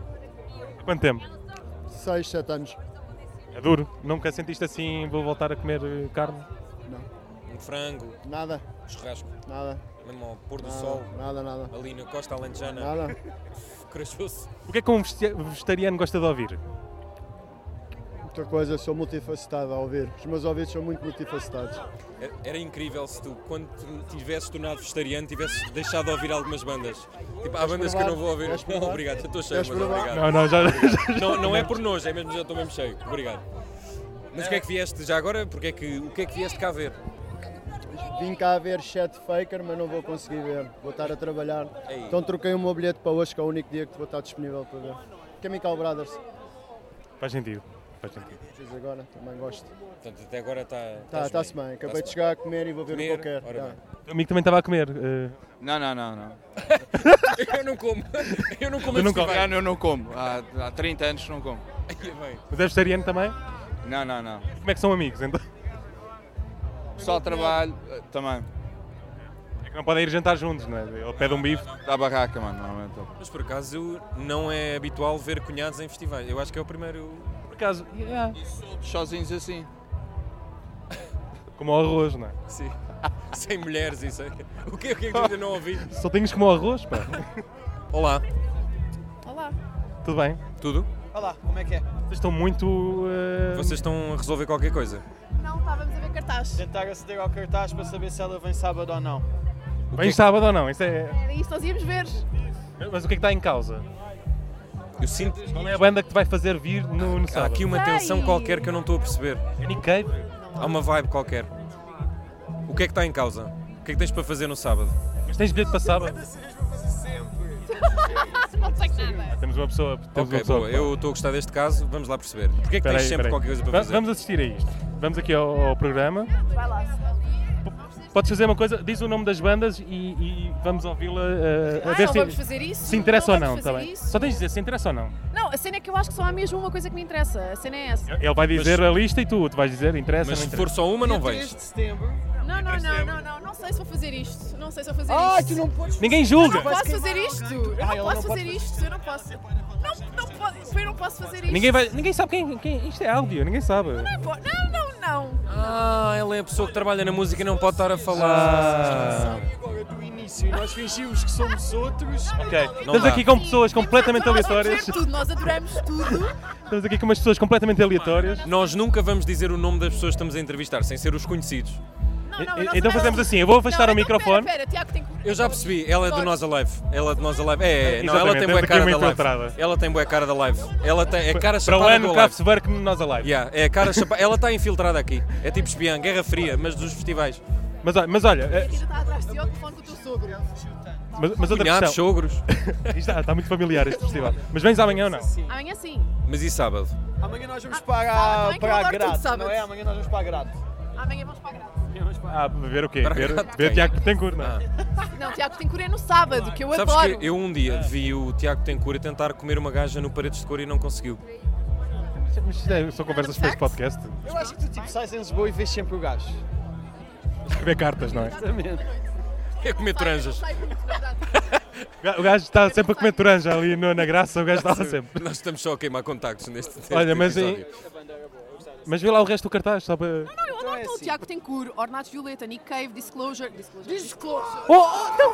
Há quanto tempo? 6, 7 anos. É duro. Nunca sentiste assim, vou voltar a comer eh, carne? Um frango, um Nada, churrasco, nada. mesmo ao pôr do Nada, sol, nada, nada. ali na costa alentejana, Nada. Ah. crachou-se. O que é que um vegeta- vegetariano gosta de ouvir? Outra coisa, sou multifacetado a ouvir. Os meus ouvidos são muito multifacetados. Era- É, Era incrível se tu, quando te tivesses tornado vegetariano, tivesses deixado de ouvir algumas bandas. Tipo, há bandas que eu não vou ouvir. Queres Não, provar? obrigado, eu estou cheio, Queres mas provar? obrigado. Não, Ah, não, já. Não, não é por nojo, é mesmo, já estou mesmo cheio. Obrigado. Mas o que é que vieste já agora? Porque é que, o que é que vieste cá ver? Vim cá ver chat faker, mas não vou conseguir ver. Vou estar a trabalhar. Ei. Então troquei o meu bilhete para hoje, que é o único dia que vou estar disponível para ver. Chemical Brothers. Faz sentido. Faz sentido. Fiz agora, também gosto. Portanto, até agora está. Tá, está-se bem. Acabei de chegar a comer e vou ver o que eu Comer, quero. ora Tá. O meu amigo também estava a comer. eh, Não, não, não, não. Eu não como. Eu não como Eu não antes de como. ir. eu não como. Há, há 30 anos não como. Ia bem. mas é vegetariano também? Não, não, não. Como é que são amigos então? Só trabalho eh, também. É que não podem ir jantar juntos, não é? Ele pede um bife. Da barraca, mano, normalmente. Mas por acaso eu- não é habitual ver cunhados em festivais. Eu acho que é o primeiro. Por acaso, yeah. Sozinhos assim. como o arroz, não é? Sim. Sem mulheres, isso é. O que, o que é que eu ainda não ouvi? Só tinhas como o arroz, pá. Olá, Olá. Tudo bem? tudo? Olá, como é que é? Vocês estão muito. eh, Vocês estão a resolver qualquer coisa? Não, estávamos a ver cartaz. Tentar aceder ao cartaz para saber se ela vem sábado ou não. O que é Vem sábado ou não? Isso é... Era isso, nós íamos ver. Mas o que é que está em causa? que- Eu sinto. Qual é a banda que te vai fazer vir no, no Há sábado? aqui uma Sei. tensão qualquer que eu não estou a perceber. um- É Nick Cave? Há uma vibe qualquer. O que é que está em causa? O que é que tens para fazer no sábado? Mas tens bilhete para sábado? Não sei nada. Temos uma pessoa. Temos uma ok, pessoa boa. Eu estou a gostar deste caso, vamos lá perceber. Porquê é que Espera tens aí, sempre espera aí. qualquer coisa para Va- fazer? Vamos assistir a isto. Vamos aqui ao, ao programa. Vai lá. P- Podes fazer uma coisa, diz o nome das bandas e, e vamos ouvi-la eh, a Ah, ver não vamos se, fazer isso. se interessa ou vamos não. Tá fazer bem. isso. Só tens de dizer se interessa ou não. Não, a cena é que eu acho que só há mesmo uma coisa que me interessa. A cena é essa. Ele vai dizer a lista e tu, tu vais dizer interessa ou Mas não se interessa. for só uma, não vens. 3 de setembro. Não, não, não, não, não. Não sei se vou fazer isto. Não sei se vou fazer Ai, tu isto. não podes Ninguém Eu julga! não posso queimar fazer isto. Eu Ah, não ela posso não pode fazer isto. Eu não posso. Não, não pode. Eu não posso fazer isto. Ninguém, vai, ninguém sabe quem, quem. Isto é áudio, ninguém sabe. Pô, Não, não, não. Ah, ela é a pessoa que trabalha na música e não pode estar a falar. Ah, agora do início. Nós fingimos que somos outros. Não ok. Estamos dá. aqui com pessoas completamente Nós vamos aleatórias. ver tudo, Nós adoramos tudo. Estamos aqui com umas pessoas completamente aleatórias. Nós nunca vamos dizer o nome das pessoas que estamos a entrevistar, sem ser os conhecidos. Não, não, E- e- nós então adoramos fazemos tudo. assim, eu vou afastar Não, o então, microfone. Pera, pera, Tiago tem que. Eu já percebi, ela é do Nós Alive. Ela é do Nós Alive. É, é, não, ela tem Exatamente, boa temos aqui cara uma da live. infiltrada. Ela tem boa cara da live. Ela tem a cara Para o chapada do ano, live. Cafes Work, nós a live. Yeah, é a cara chapada. Ela está infiltrada aqui. É tipo espiã, Guerra Fria, mas dos festivais. Mas, olha- mas olha, eh, Ainda está atrás de ti, ao telefone com o teu sogro. mas, mas outra Cunhados, questão. sogros. Isto Está, está muito familiar este festival. Mas vens amanhã ou não? Amanhã sim. Mas e sábado? Amanhã nós vamos sábado, para, bem que eu para a adoro tudo grade, sábado. não é? Amanhã nós vamos para a grade. Amanhã vamos para a grade. Ah, ver o quê? Para- Ver, para ver quem? Tiago Betancourt, não é? Tá Ah. Não, Tiago tem cura no sábado, que eu Sabes adoro. que eu um dia vi o Tiago Tencoura tentar comer uma gaja no Paredes de Cor e não conseguiu. Mas isto é- são conversas para este podcast. Eu acho que tu tipo sais em Lisboa e vês sempre o gajo. Escrever cartas, não é? É comer Não tranjas. sai muito, na verdade. O gajo está sempre a comer toranja ali no- na graça, o gajo está lá sempre. Nós estamos só a queimar contactos neste neste Olha, mas, episódio. mas vê lá o resto do cartaz, só para. Não, Ornato, o Tiago Tencourt, Ornato Violeta, Nick Cave, Disclosure. Disclosure. Disclosure.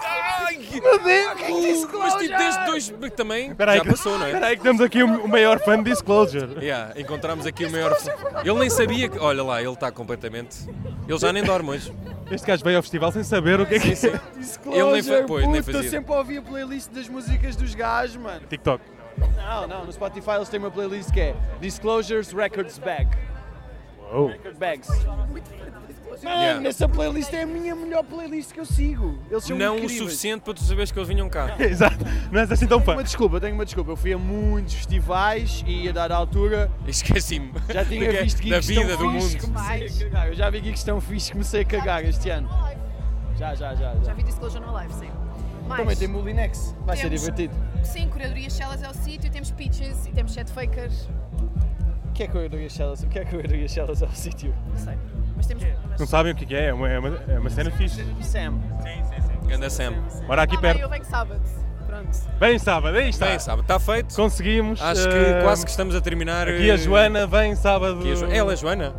Ai, meu Deus! Mas tipo, desde dois... mas Também Peraí já que- passou, não é? Espera aí que temos aqui o, o maior fã de Disclosure. Yeah, encontramos aqui o maior... é Ele nem sabia que... Olha lá, ele está completamente... Ele já nem dorme hoje. Este gajo veio ao festival sem saber o que é que é Ele nem fa- pois, nem Estou fazia. sempre a ouvir a playlist das músicas dos gajos, mano. TikTok. Não, não, no Spotify eles têm uma playlist que é Disclosures Records Bag. Uou. Record Bags. Mano, Yeah. essa playlist é a minha melhor playlist que eu sigo. Eles são Não o incríveis. suficiente para tu saberes que eles vinham cá. Exato, não és assim tão Tenho fã. uma desculpa, eu tenho uma desculpa. Eu fui a muitos festivais e a dada altura Esqueci-me. já tinha Do que- visto Da é um gigs vida, do tão fixe que mundo. comecei a cagar. Eu já vi gigs tão fixe que comecei a cagar este ano. Já, já, já. já. Já vi Disclosure no live, sim. Mais. Também tem Molinex, vai ser Temos. divertido. Sim, Curadorias Shellas é o sítio, temos Peaches e temos Chet Fakers. O que é Corredoria Shellas? O que é Corredoria Shellas ao sítio? Não sei. Mas temos. mas- Não sabem o que é, é uma, é uma, é uma cena fixe. Sam. Ganda Sam. Ora aqui Ah, bem, eu perto. venho sábado. Pronto. Bem, sábado, aí está. Bem, sabe, está feito. Conseguimos. Acho que eh, quase que estamos a terminar. Aqui a eh, Joana vem sábado. aqui a Jo- Ela é Joana?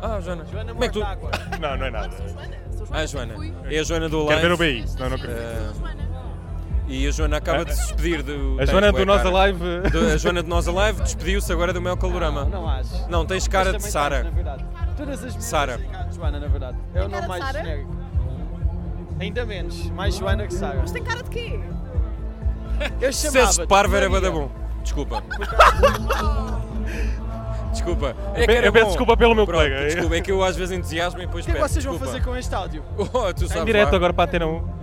Ah, Joana. Joana Como é que tu- Mortágua. Não, não é nada. Ah, Joana. É a Joana do Quero Live. ver o BI. Não, não quero. Eh, Ah, e a Joana acaba de se despedir do. A Joana do Nós Live. Alive. eh, A Joana do Nós Alive despediu-se agora do meu calorama. Não, não acho. Não, tens Mas cara de também Sara. tens, é né? na verdade. Todas as minhas Sara. têm cara de Joana, na verdade. É o cara nome de mais Sara? genérico. Ainda menos. Mais Joana que Sara. Mas tem cara de quê? Eu Se és chamava. parvo é era badabum. Desculpa. desculpa. É que pe- era eu peço bom. desculpa pelo meu Pronto, colega. Desculpa, é que eu às vezes entusiasmo e depois O que é que peço vocês vão desculpa. fazer com este áudio? Oh, tu sabes Em direto lá. agora para a Antena 1.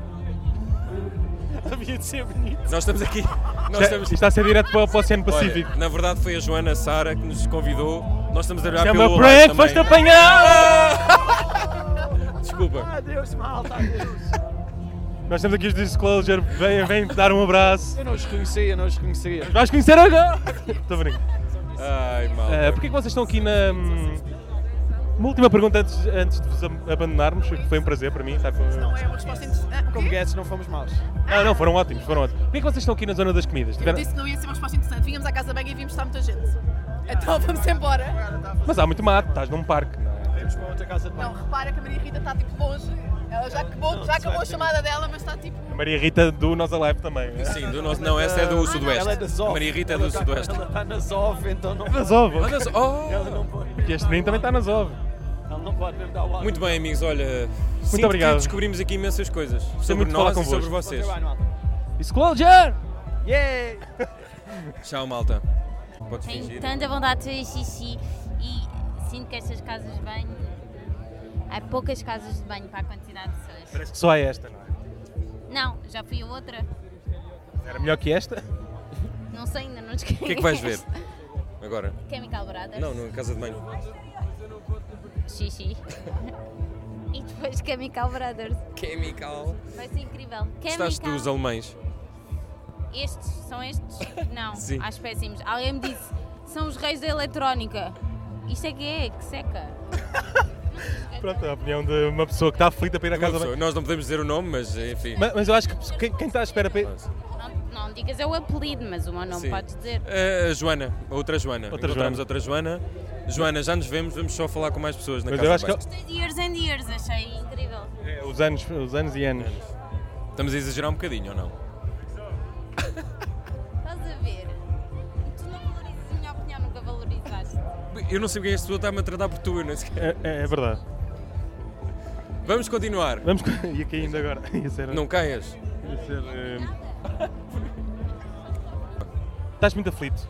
Havia de ser bonito. Nós estamos aqui. Nós Isto é- estamos... isto Está a ser direto para, para o Oceano é Pacífico. Olha, na verdade foi a Joana Sara que nos convidou. Nós estamos a é olhar Chama pelo live prank, foste tá também. Ah! apanhado! Desculpa. Adeus, malta, adeus. Nós temos aqui os Disclosure, vem, vem dar um abraço. Eu não os conhecia, eu não os conhecia. Vais conhecer agora! Estou brincando. Ai, mal. Ah, Porquê é que vocês estão aqui na. hum, Uma última pergunta antes, antes de vos ab- abandonarmos, que foi um prazer para mim. Sabe? Não é uma resposta interessante. Como guedes, não fomos maus. Não, não, foram ótimos, foram ótimos. Porquê é que vocês estão aqui na zona das comidas? Eu Tiveram- disse que não ia ser uma resposta interessante. Vínhamos à casa bem e vimos estar muita gente. Então vamos embora. Mas há muito mato, estás num parque. não é? Temos para outra casa de Não, banho. repara que a Maria Rita está tipo longe. Ela já acabou, já acabou a chamada dela, mas está tipo. A Maria Rita do Nós Alive também. é? Sim, do nosso... não, essa é do Sudoeste. Ela é da A Zof. Maria Rita é Ela do tá- Sudoeste. Ela está na Zof, então não, Nas ovos. Olha só- ela não Oh! pode. Porque este menino também está nas ovos. Ela não pode mesmo dar o áudio. Muito bem, amigos, olha. sinto que obrigado. Descobrimos aqui imensas coisas muito sobre de nós falar e sobre convosco. Bom vocês. trabalho, malta. Disclosure! Yeah! Tchau, malta. Podes Tenho fingir. tanta vontade de fazer xixi e sinto que estas casas de banho. Há poucas casas de banho para a quantidade de pessoas. Parece que só é esta, não é? Não, já fui a outra. Era melhor que esta? Não sei, ainda não esqueci. O que é que vais ver? Agora? Chemical Brothers. Não, na casa de banho. Xixi. e depois Chemical Brothers. Chemical. Vai ser incrível. É Gostaste Chemical- dos alemães? Estes? São estes? Não, Sim. acho péssimos. Alguém me disse, são os reis da eletrónica. Isto é que é, que seca. É. Pronto, a opinião de uma pessoa que está aflita para ir à Uma casa de pessoa- Nós não podemos dizer o nome, mas enfim. Mas, mas eu acho que quem, quem está à espera para ir. Não, não digas é o apelido, mas o meu nome Sim. podes dizer. Eh, a Joana, a outra Joana. Outra Encontramos Joana. outra Joana. Joana, já nos vemos, vamos só falar com mais pessoas na Mas casa eu de acho banho. que- Gostei de Years and Years, achei incrível. É, Os anos, os anos e anos. Estamos a exagerar um bocadinho ou não? Estás a ver? Tu não valorizas a minha opinião, nunca valorizaste. Eu não sei porque é esta pessoa está-me a tratar por tu, eu não sei o quê. É, é- é verdade. Vamos continuar. Vamos. com- Ia caindo agora. Ia ser. Não caias. Ia ser eh, Estás muito aflito.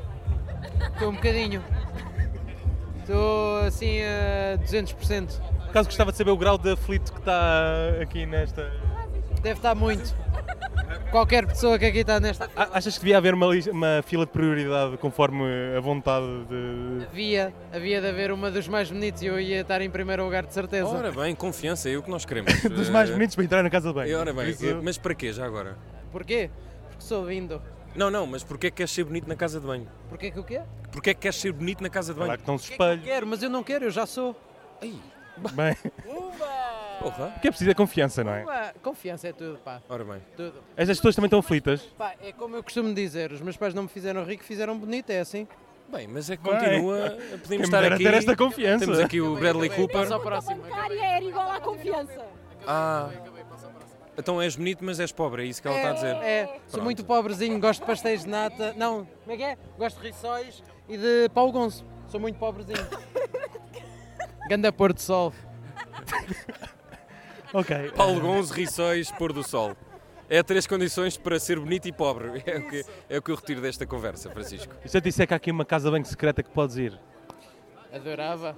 Estou um bocadinho. Estou assim a 200%. Por acaso gostava de saber o grau de aflito que está aqui nesta. Deve estar muito. Qualquer pessoa que aqui está nesta A- Achas que devia haver uma, lis- uma fila de prioridade conforme a vontade de. via, havia de haver uma dos mais bonitos e eu ia estar em primeiro lugar de certeza. Ora bem, confiança, é o que nós queremos. Dos mais Eh, bonitos para entrar na casa de banho. eh, Ora bem, Isso- eh, mas para quê já agora? Porquê? Porque sou lindo. Não, não, mas porquê é que queres ser bonito na casa de banho? Porquê que o quê? Porquê é que queres ser bonito na casa de Lá banho? que estão os Porquê que eu espelhos. quero, mas eu não quero, eu já sou. Bem. O que é preciso é confiança, não é? Uma confiança é tudo, pá. Ora bem. Tudo. Estas pessoas também estão aflitas. Pá, é como eu costumo dizer, os meus pais não me fizeram rico, fizeram bonito, é assim. Bem, mas é que Bem. continua. Quem Podemos me estar dera aqui. ter esta confiança. Temos aqui o Bradley Cooper. bancária era igual à confiança. Ah. Então és bonito, mas és pobre, é isso que ela está a dizer. É, sou Pronto. muito pobrezinho, gosto de pastéis de nata. Não, como é que é? Gosto de riçóis e de pau gonzo. Sou muito pobrezinho. Ganda Porto Sol. Ok. Paulo Gonzo, Riçóis, Pôr do Sol. É três condições para ser bonito e pobre. É o que, é o que eu retiro desta conversa, Francisco. E se eu disser que há aqui uma casa bem secreta que podes ir? Adorava.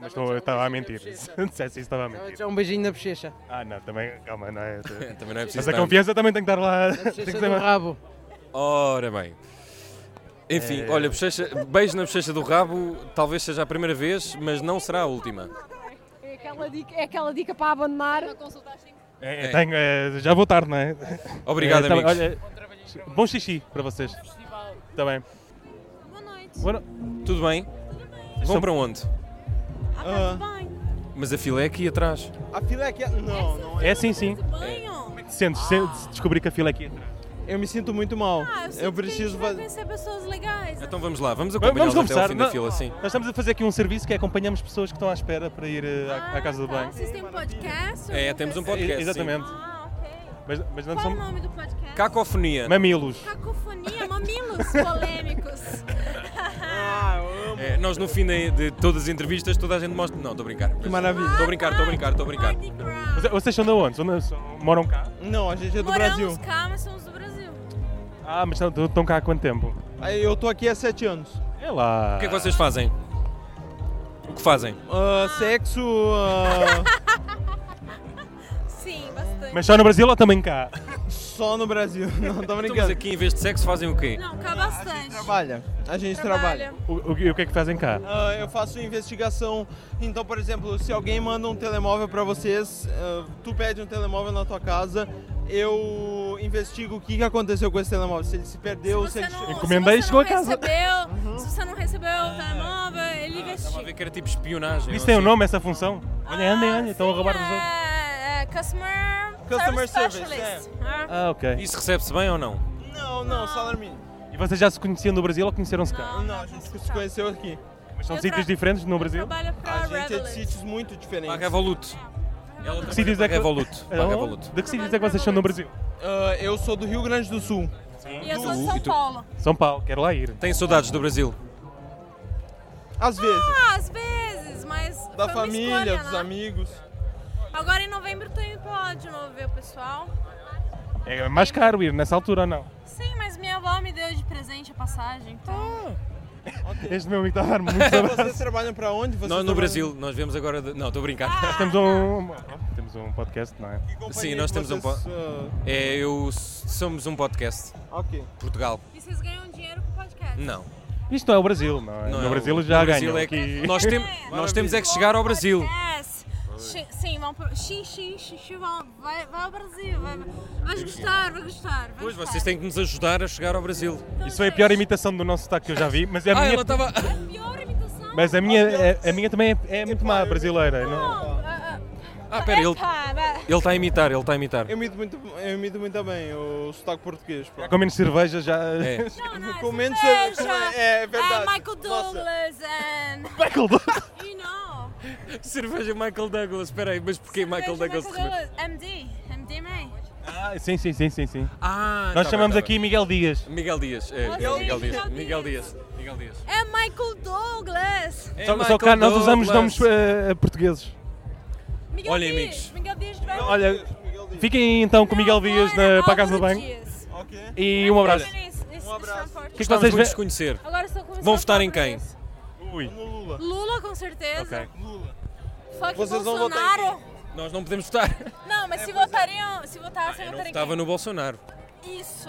Mas estou- eu estava a mentir. Se dissesse isso, estava a mentir. Já um beijinho na bochecha. Ah, não, também, calma, não é? Também não é preciso Mas a tanto. confiança também tem que estar lá. Na bochecha tem que do rabo. Ora bem. Enfim, É. olha, bochecha- beijo na bochecha do rabo, talvez seja a primeira vez, mas não será a última. É aquela dica, é aquela dica para abandonar. É, é, tenho, é, já vou tarde, não é? Obrigado, tá bem, amigos. olha, bom xixi para vocês. Está bem. Boa noite. Tudo bem? Vão Estamos- para onde? Ah, tá Ah. Mas a fila é aqui atrás. A fila é que. Não, não É sim, sim. Como é que te sentes se- se descobrir que a fila é aqui atrás? Eu me sinto muito mal. eu preciso fazer. conhecer pessoas legais. Então vamos lá, vamos Vamos acompanhá-los até ao conversar, fim da não- fila, sim. Nós estamos a fazer aqui um serviço que é acompanhamos pessoas que estão à espera para ir eh, à, à casa do banho. Vocês têm um podcast? É, temos um podcast, sim. Exatamente. Mas, mas não Ah, Qual é o somos nome do é podcast? Cacofonia. Mamilos. Cacofonia, mamilos polêmicos. É, nós no fim de, de todas as entrevistas, toda a gente mostra. Não, estou a brincar. Que maravilha. Estou a brincar, estou a brincar, estou a brincar. Mas Vocês são de onde? São de- são- moram cá? Não, a gente é do Brasil. Moramos cá, mas somos do Brasil. Ah, mas estão- estão cá há quanto tempo? Aí Eu tô aqui há sete anos. É lá. O que é que vocês fazem? O que fazem? Ah, sexo. ah, Sim, bastante. Mas só no Brasil ou também cá? só no Brasil. Não, tô Então, mas brincando. aqui em vez de sexo fazem o quê? Não, cá bastante. Trabalha. A gente trabalha. O, o- e o que é que fazem cá? Ah, eu faço investigação. Então, por exemplo, se alguém manda um telemóvel pra vocês, ah, tu pede um telemóvel na tua casa, eu investigo o que que aconteceu com esse telemóvel. Se ele se perdeu, se, ele chegou. Encomendei e chegou a casa. Recebeu, se você não recebeu o telemóvel, Ah, ele investiga. Que era tipo espionagem. Isso tem um nome, essa função? tá Olha, andem, andem, estão a roubar os outros. Ah, É, é customer, Customer service, service, é. specialist. Ah. Ah, ok. Isso recebe-se bem ou não? Não, não, salário mínimo. E vocês já se conheciam no Brasil ou conheceram-se Ah, cá? Não, a gente se conheceu aqui. Mas são sítios diferentes no Brasil? Tá A gente é de sítios muito diferentes. Para a Revolut. Ela Que sítios é que... Revolut. Para a Oh, Revolut. De que sítios é que vocês são no Brasil? Ah, eu sou do Rio Grande do Sul. E eu sou de Tu- São e tu? Paulo. São Paulo, quero lá ir. Tem saudades do Brasil? Às vezes. Ah, às vezes, mas. foi Da uma família, escolha, dos né? amigos. Agora em novembro eu tô indo pra lá de novo ver o pessoal. É mais caro ir nessa altura ou não? Sim, mas minha avó me deu de presente a passagem, Ah. então. Este meu amigo está a dar muitos abraços. Vocês trabalham pra onde? Vocês Nós no trabalham- Brasil, nós vemos agora. de- Não, estou a brincar. Temos um, temos um podcast, não é? Sim, nós temos um podcast. vocês, ah, É, eu. Somos um podcast. Ok. Portugal. E vocês ganham dinheiro com o podcast? Não. Isto não é o Brasil, não é? Não, no Brasil o- já no Brasil ganham. é que- aqui. nós temos- nós temos é que chegar ao Brasil. Yes. Xi- Sim, vão pro. Xi, xi, xi, xi, vão. Vai, vai ao Brasil. Vai, vais gostar, vai gostar. Vai Pois gostar. Então é vocês têm que nos ajudar a chegar ao Brasil. Isso foi a pior imitação do nosso sotaque que eu já vi, mas é a Ah, minha. ela estava. Mas a minha, é- a, minha também é, é muito má, brasileira. Não? Ah, pera, ele. Tá, Ele está a imitar, ele está a imitar. Eu imito muito, eu imito muito bem o sotaque português. Ah, pô. Já com menos cerveja, já. É. Com menos Veja, cerveja. É, é É verdade. Michael Douglas and. Michael Douglas. You know. Cerveja Michael Douglas, espera aí, mas porquê Michael Veja Douglas de repente? MD. MD, mãe. Ah, sim, sim, sim, sim, sim. Ah, Nós tá chamamos bem, tá aqui bem. Miguel Dias. Miguel Dias, é, Ah, é sim, Miguel Dias, Miguel Miguel Dias, Miguel Dias. É Michael Douglas. É só, só Michael cá nós usamos Douglas. nomes eh, portugueses. Miguel Olhem, Dias, amigos. Miguel Dias de Olha, fiquem então com Miguel Dias na, para a casa do banho. E um abraço. é Um abraço. O Gostávamos que vocês muito ve- de conhecer. Agora estou começando Vão a votar em falar quem? Ui. Lula. Lula, com certeza. Fuck Vocês vão votar em É, Bolsonaro. Nós não podemos votar. Não, mas se votariam, se Tá votassem, Eu não votariam votava em no Bolsonaro. quem? Isso.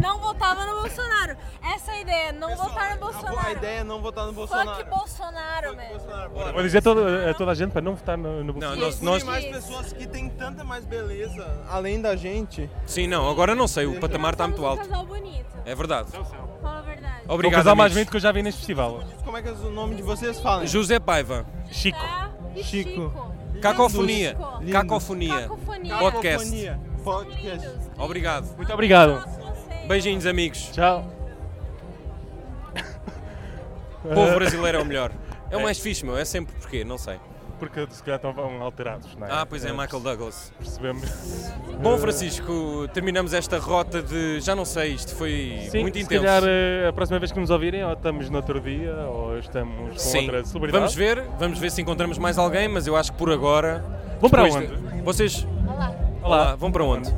Não votava no Bolsonaro. Essa é a ideia, não votar no Bolsonaro. A ideia é não votar no Fuck Bolsonaro. Bolsonaro, mano. Vou dizer a toda, a toda a gente para não votar no, no Bolsonaro. Nós, mais pessoas que têm tanta mais beleza além da gente. Sim, não, agora não sei, o patamar está tá muito Um alto. casal bonito. É verdade. Fala a verdade. Vou Obrigado. casar mais amigos. 20 que eu já vi neste festival. Como é que é o nome de vocês falam? José Paiva. Chico. Tá? E Chico. Cacofonia. Lindos. Cacofonia. Cacofonia. Podcast. Cacofonia. Podcast. Obrigado. Muito obrigado. Beijinhos, amigos. Tchau. O povo brasileiro é o melhor. É o mais fixe, meu. É sempre porque, não sei. Porque se calhar estão alterados, não é? Ah, pois é, Eh, Michael Douglas. Percebemos. Bom, Eh, Francisco, terminamos esta rota de. Já não sei, isto foi Sim, muito se intenso. calhar eh, a próxima vez que nos ouvirem, ou estamos noutro dia, ou estamos com Sim. outra celebridade. Vamos ver, vamos ver se encontramos mais alguém, mas eu acho que por agora. Vão para depois de- Vocês. Olá. Olá, vão para onde?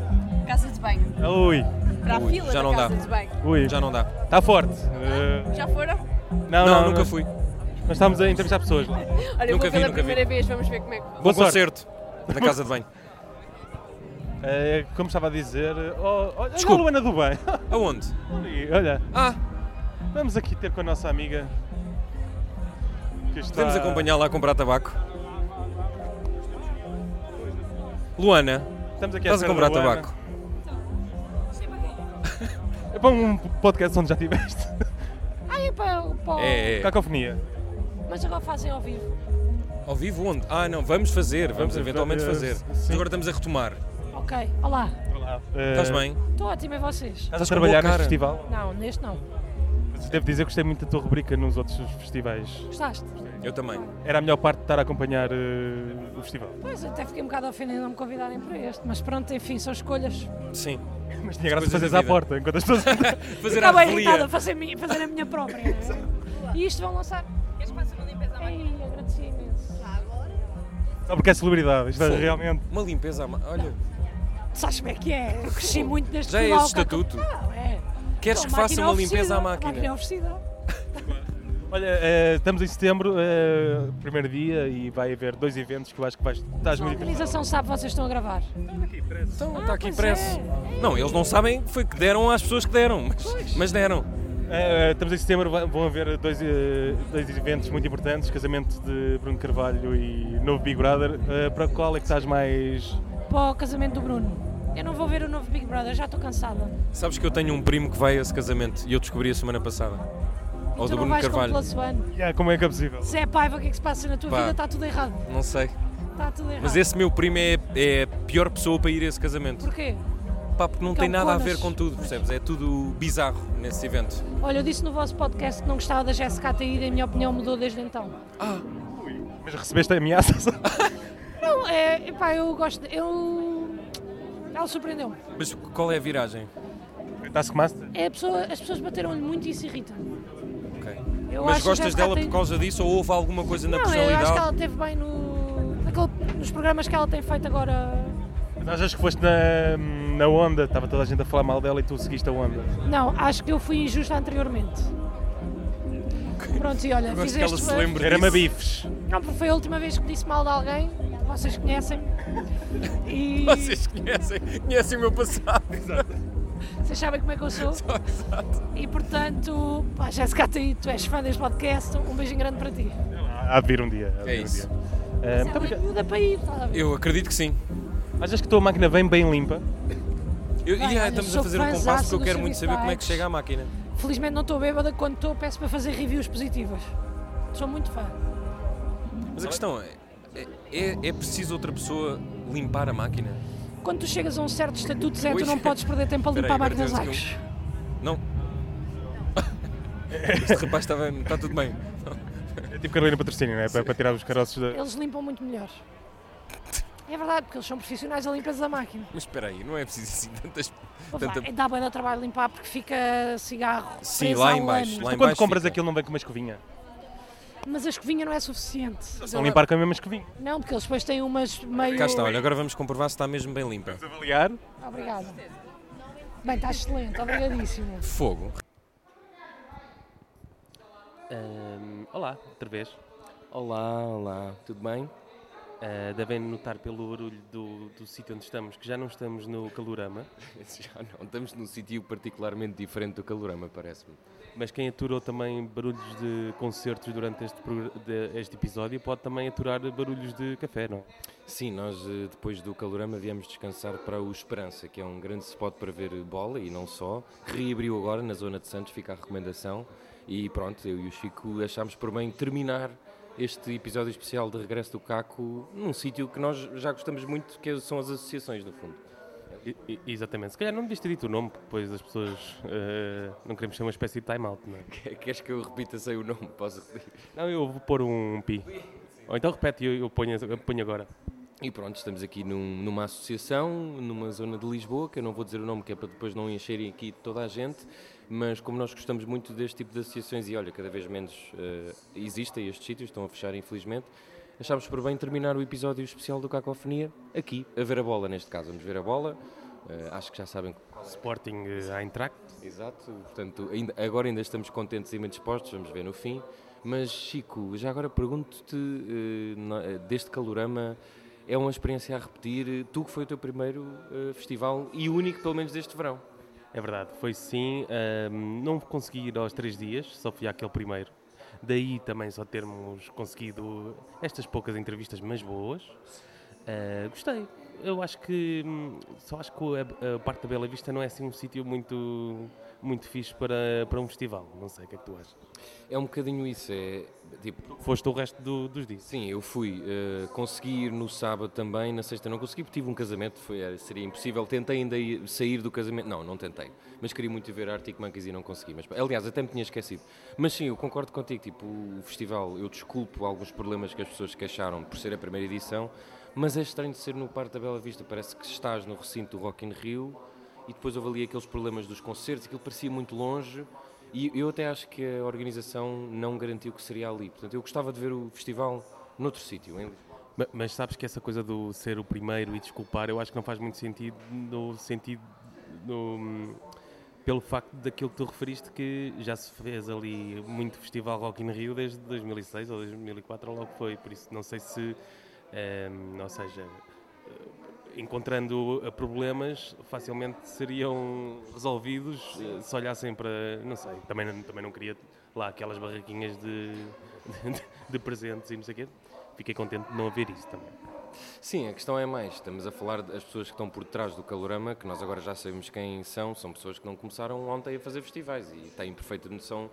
Casa de banho. Ui. Para a Ui, fila já da não casa dá. de banho. Ui. Já não dá. Está tá forte. Eh, Já foram? Não, não, não, nunca nós- fui. Nós estamos a entrevistar pessoas lá. Olha, eu Nunca vou vi, pela nunca primeira vi. vez, vamos ver como é que Bom vai. Boa sorte. concerto na casa de banho. Eh, como estava a dizer. eh, Oh, olha a Desculpe. Luana do Bem. Aonde? Ali, olha. Ah! Vamos aqui ter com a nossa amiga. que está- Podemos acompanhá-la a comprar tabaco? Luana, Estamos aqui à estás a espera comprar da Luana. tabaco? É para um podcast onde já tiveste. Ah, é para, para... é. Cacofonia. Mas agora fazem ao vivo. Ao vivo onde? Ah, não, vamos fazer, vamos, Vamos eventualmente fazer, fazer. sim. É. Agora estamos a retomar. Ok, olá. Olá. Estás bem? Estou ótima, e vocês? Estás Eh, com boa a trabalhar cara. neste festival? Não, neste não. Mas Devo dizer que gostei muito da tua rubrica nos outros festivais. Gostaste? Eu também. Era a melhor parte de estar a acompanhar eh, o festival. Pois, até fiquei um bocado ofendida de não me convidarem para este, mas pronto, enfim, são escolhas. Sim. Mas tinha graça Coisas da fazeres à vida. porta enquanto as pessoas. Fazer à Estava revelia. irritada a fazer, a minha- fazer a minha própria. é? e isto vão lançar. Queres fazer uma limpeza à máquina? agradecia imenso. Só porque é celebridade, isto é Fogo. realmente. Uma limpeza à ma- Olha, Sabes como é que é? Eu cresci muito neste Já é local, esse estatuto? Caco. Não, é. Então, Queres que a faça máquina uma é oferecida, limpeza à A máquina é máquina? oferecida. Olha, eh, estamos em setembro, eh, primeiro dia, e vai haver dois eventos que eu acho que vais. Estás A muito organização sabe que vocês estão a gravar. Estão aqui preço. Estão Está Então, tá aqui impresso. é. Não, eles não sabem que foi que deram às pessoas que deram, mas, mas deram. Eh, estamos em setembro, vai- vão haver dois, eh, dois eventos muito importantes: casamento de Bruno Carvalho e novo Big Brother. Eh, para qual é que estás mais. Para o casamento do Bruno. Eu não vou ver o novo Big Brother, já estou cansada. Sabes que eu tenho um primo que vai a esse casamento e eu descobri a semana passada. Ao tu não do Bruno vais Carvalho. como pela ano. Yeah, como é que é possível? Se é paiva, o que é que se passa na tua Pá. vida? Está tudo errado. Não sei. Está tudo errado. Mas esse meu primo é, é a pior pessoa para ir a esse casamento. Porquê? Pá, porque não Porque é tem um nada a conas. ver com tudo, percebes? É tudo bizarro nesse evento. Olha, eu disse no vosso podcast que não gostava da Jéssica Ataída e a minha opinião mudou desde então. Mas recebeste ameaças? Não, é, epá, eu gosto, de- eu... Ela surpreendeu-me. Mas qual é a viragem? Está-se master? É a pessoa, as pessoas bateram-lhe muito e isso irrita-me. Ok. Eu Mas acho que gostas já dela tem- por causa disso ou houve alguma coisa na Não, eu personalidade? acho que ela teve bem no, naquele- nos programas que ela tem feito agora. Mas achas que foste na, na onda? Estava toda a gente a falar mal dela e tu seguiste a onda. Não, acho que eu fui injusta anteriormente. Pronto, e olha, Eu gosto fiz que ela este se lembre erro. Era-me bifes. Não, porque foi a última vez que disse mal de alguém, vocês conhecem-me. E Vocês conhecem, conhecem o meu passado. vocês sabem como é que eu sou. E portanto, pá, Jéssica Ataí, tu és fã deste podcast, um beijinho grande para ti. Há de vir um dia. Há de É vir um isso. dia. Eh, Mas ela é miúda para ir, estás a ver? Eu acredito que sim. achas que a tua máquina vem bem limpa? Eu, Bem, e, ah, olha, estamos a sou fazer um fãzaça compasso que eu do quero muito Serviço saber como é que Bikes. chega à máquina. Felizmente não estou bêbada, quando estou peço para fazer reviews positivas. Sou muito fã. Mas a questão é, é, é preciso outra pessoa limpar a máquina? Quando tu chegas a um certo estatuto, Zé, Ui. tu não podes perder tempo a Espera limpar aí, agora máquinas temos aqui Axe. um- Não. Este rapaz está, bem, está tudo bem. É tipo Carolina Patrocínio, não é? Para, para tirar os caroços da. Eles limpam muito melhor. É verdade, porque eles são profissionais da limpeza da máquina. Mas espera aí, não é preciso assim tantas... Pô, vá, Tanta... Dá bem ao trabalho limpar porque fica cigarro. Sim, preso lá ao em baixo, lame. lá em Tu quando baixo compras fica. aquilo não vem com uma escovinha. Mas a escovinha não é suficiente. Vão limpar com a mesma escovinha. Não, porque eles depois têm umas meio. Cá está, olha, agora vamos comprovar se está mesmo bem limpa. Aliar? Obrigada. Bem, está excelente, obrigadíssimo. Fogo. Ahm, olá, outra vez. Olá, olá, tudo bem? Ah, devem notar pelo barulho do, do sítio onde estamos que já não estamos no Calorama. já não, estamos num sítio particularmente diferente do Calorama, parece-me. Mas quem aturou também barulhos de concertos durante este, progr- de- este episódio pode também aturar barulhos de café, não? Sim, nós eh, depois do calorama viemos descansar para o Esperança, que é um grande spot para ver bola e não só. Reabriu agora na zona de Santos, fica a recomendação. E pronto, eu e o Chico achámos por bem terminar este episódio especial de regresso do Caco num sítio que nós já gostamos muito, que são as associações, no fundo. exatamente. Se calhar não devias ter dito o nome, porque depois as pessoas eh, não queremos ser uma espécie de time-out, não é? Queres que eu repita sem o nome? Posso repetir? Não, eu vou pôr um pi. Ou então repete e eu, eu ponho, eu ponho agora. E pronto, estamos aqui num- numa associação, numa zona de Lisboa, que eu não vou dizer o nome, que é para depois não encherem aqui toda a gente, mas como nós gostamos muito deste tipo de associações, e olha, cada vez menos eh, existem estes sítios, estão a fechar infelizmente, achámos por bem terminar o episódio especial do Cacofonia aqui, a ver a bola neste caso, vamos ver a bola, eh, acho que já sabem... Sporting uh, Eintracht. Exato, portanto, ainda- agora ainda estamos contentes e bem dispostos, vamos ver no fim, mas Chico, já agora pergunto-te, eh, na- eh, deste calorama... É uma experiência a repetir. eh, Tu que foi o teu primeiro eh, festival e único, pelo menos, deste verão. É verdade, foi sim. ahm, não consegui ir aos três dias, só fui àquele primeiro. Daí também só termos conseguido estas poucas entrevistas, mas boas. Ah, gostei. Eu acho que hum, só acho que a, a parte da Bela Vista não é assim um sítio muito muito fixe para, para um festival. Não sei o que é que tu achas. É um bocadinho isso, é tipo... Foste o resto do- dos dias? Sim, eu fui. eh, consegui ir no sábado também, na sexta não consegui, porque tive um casamento, foi, era- seria impossível. Tentei ainda ir- sair do casamento, não, não tentei. Mas queria muito ir ver Arctic Monkeys e não consegui. Mas, aliás, até me tinha esquecido. Mas sim, eu concordo contigo, tipo, o festival, eu desculpo alguns problemas que as pessoas queixaram por ser a primeira edição, mas é estranho de ser no Parque da Bela Vista, parece que estás no recinto do Rock in Rio, e depois houve ali aqueles problemas dos concertos, aquilo parecia muito longe e eu até acho que a organização não garantiu que seria ali. Portanto, eu gostava de ver o festival noutro sítio. Em... Ma- Mas sabes que essa coisa do ser o primeiro e desculpar, eu acho que não faz muito sentido no sentido no- pelo facto daquilo que tu referiste que já se fez ali muito festival Rock in Rio desde 2006 ou 2004 ou logo foi, por isso não sei se ehm, ou seja eh, encontrando eh, problemas facilmente seriam resolvidos eh, se olhassem para não sei, também, não- também não queria lá aquelas barraquinhas de, de, de presentes e não sei o quê fiquei contente de não haver isso também Sim, a questão é mais, estamos a falar das pessoas que estão por trás do calorama, que nós agora já sabemos quem são, são pessoas que não começaram ontem a fazer festivais e têm perfeita noção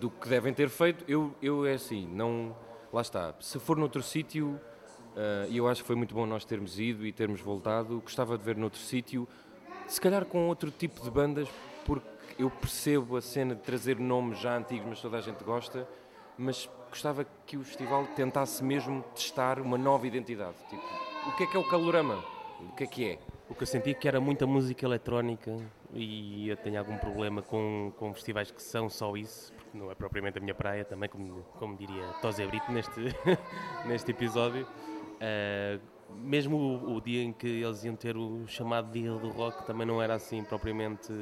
do que devem ter feito. Eu, eu é assim, não. Lá está, se for noutro sítio, ah, e eu acho que foi muito bom nós termos ido e termos voltado, gostava de ver noutro sítio, se calhar com outro tipo de bandas, porque eu percebo a cena de trazer nomes já antigos, mas toda a gente gosta, mas gostava que o festival tentasse mesmo testar uma nova identidade. Tipo, o que é que é o calorama? O que é que é? O que eu senti que era muita música eletrónica e eu tenho algum problema com, com festivais que são só isso, porque não é propriamente a minha praia também, como, como diria Tose Brito neste, neste episódio. Ah, mesmo o, o dia em que eles iam ter o chamado Dia do Rock também não era assim propriamente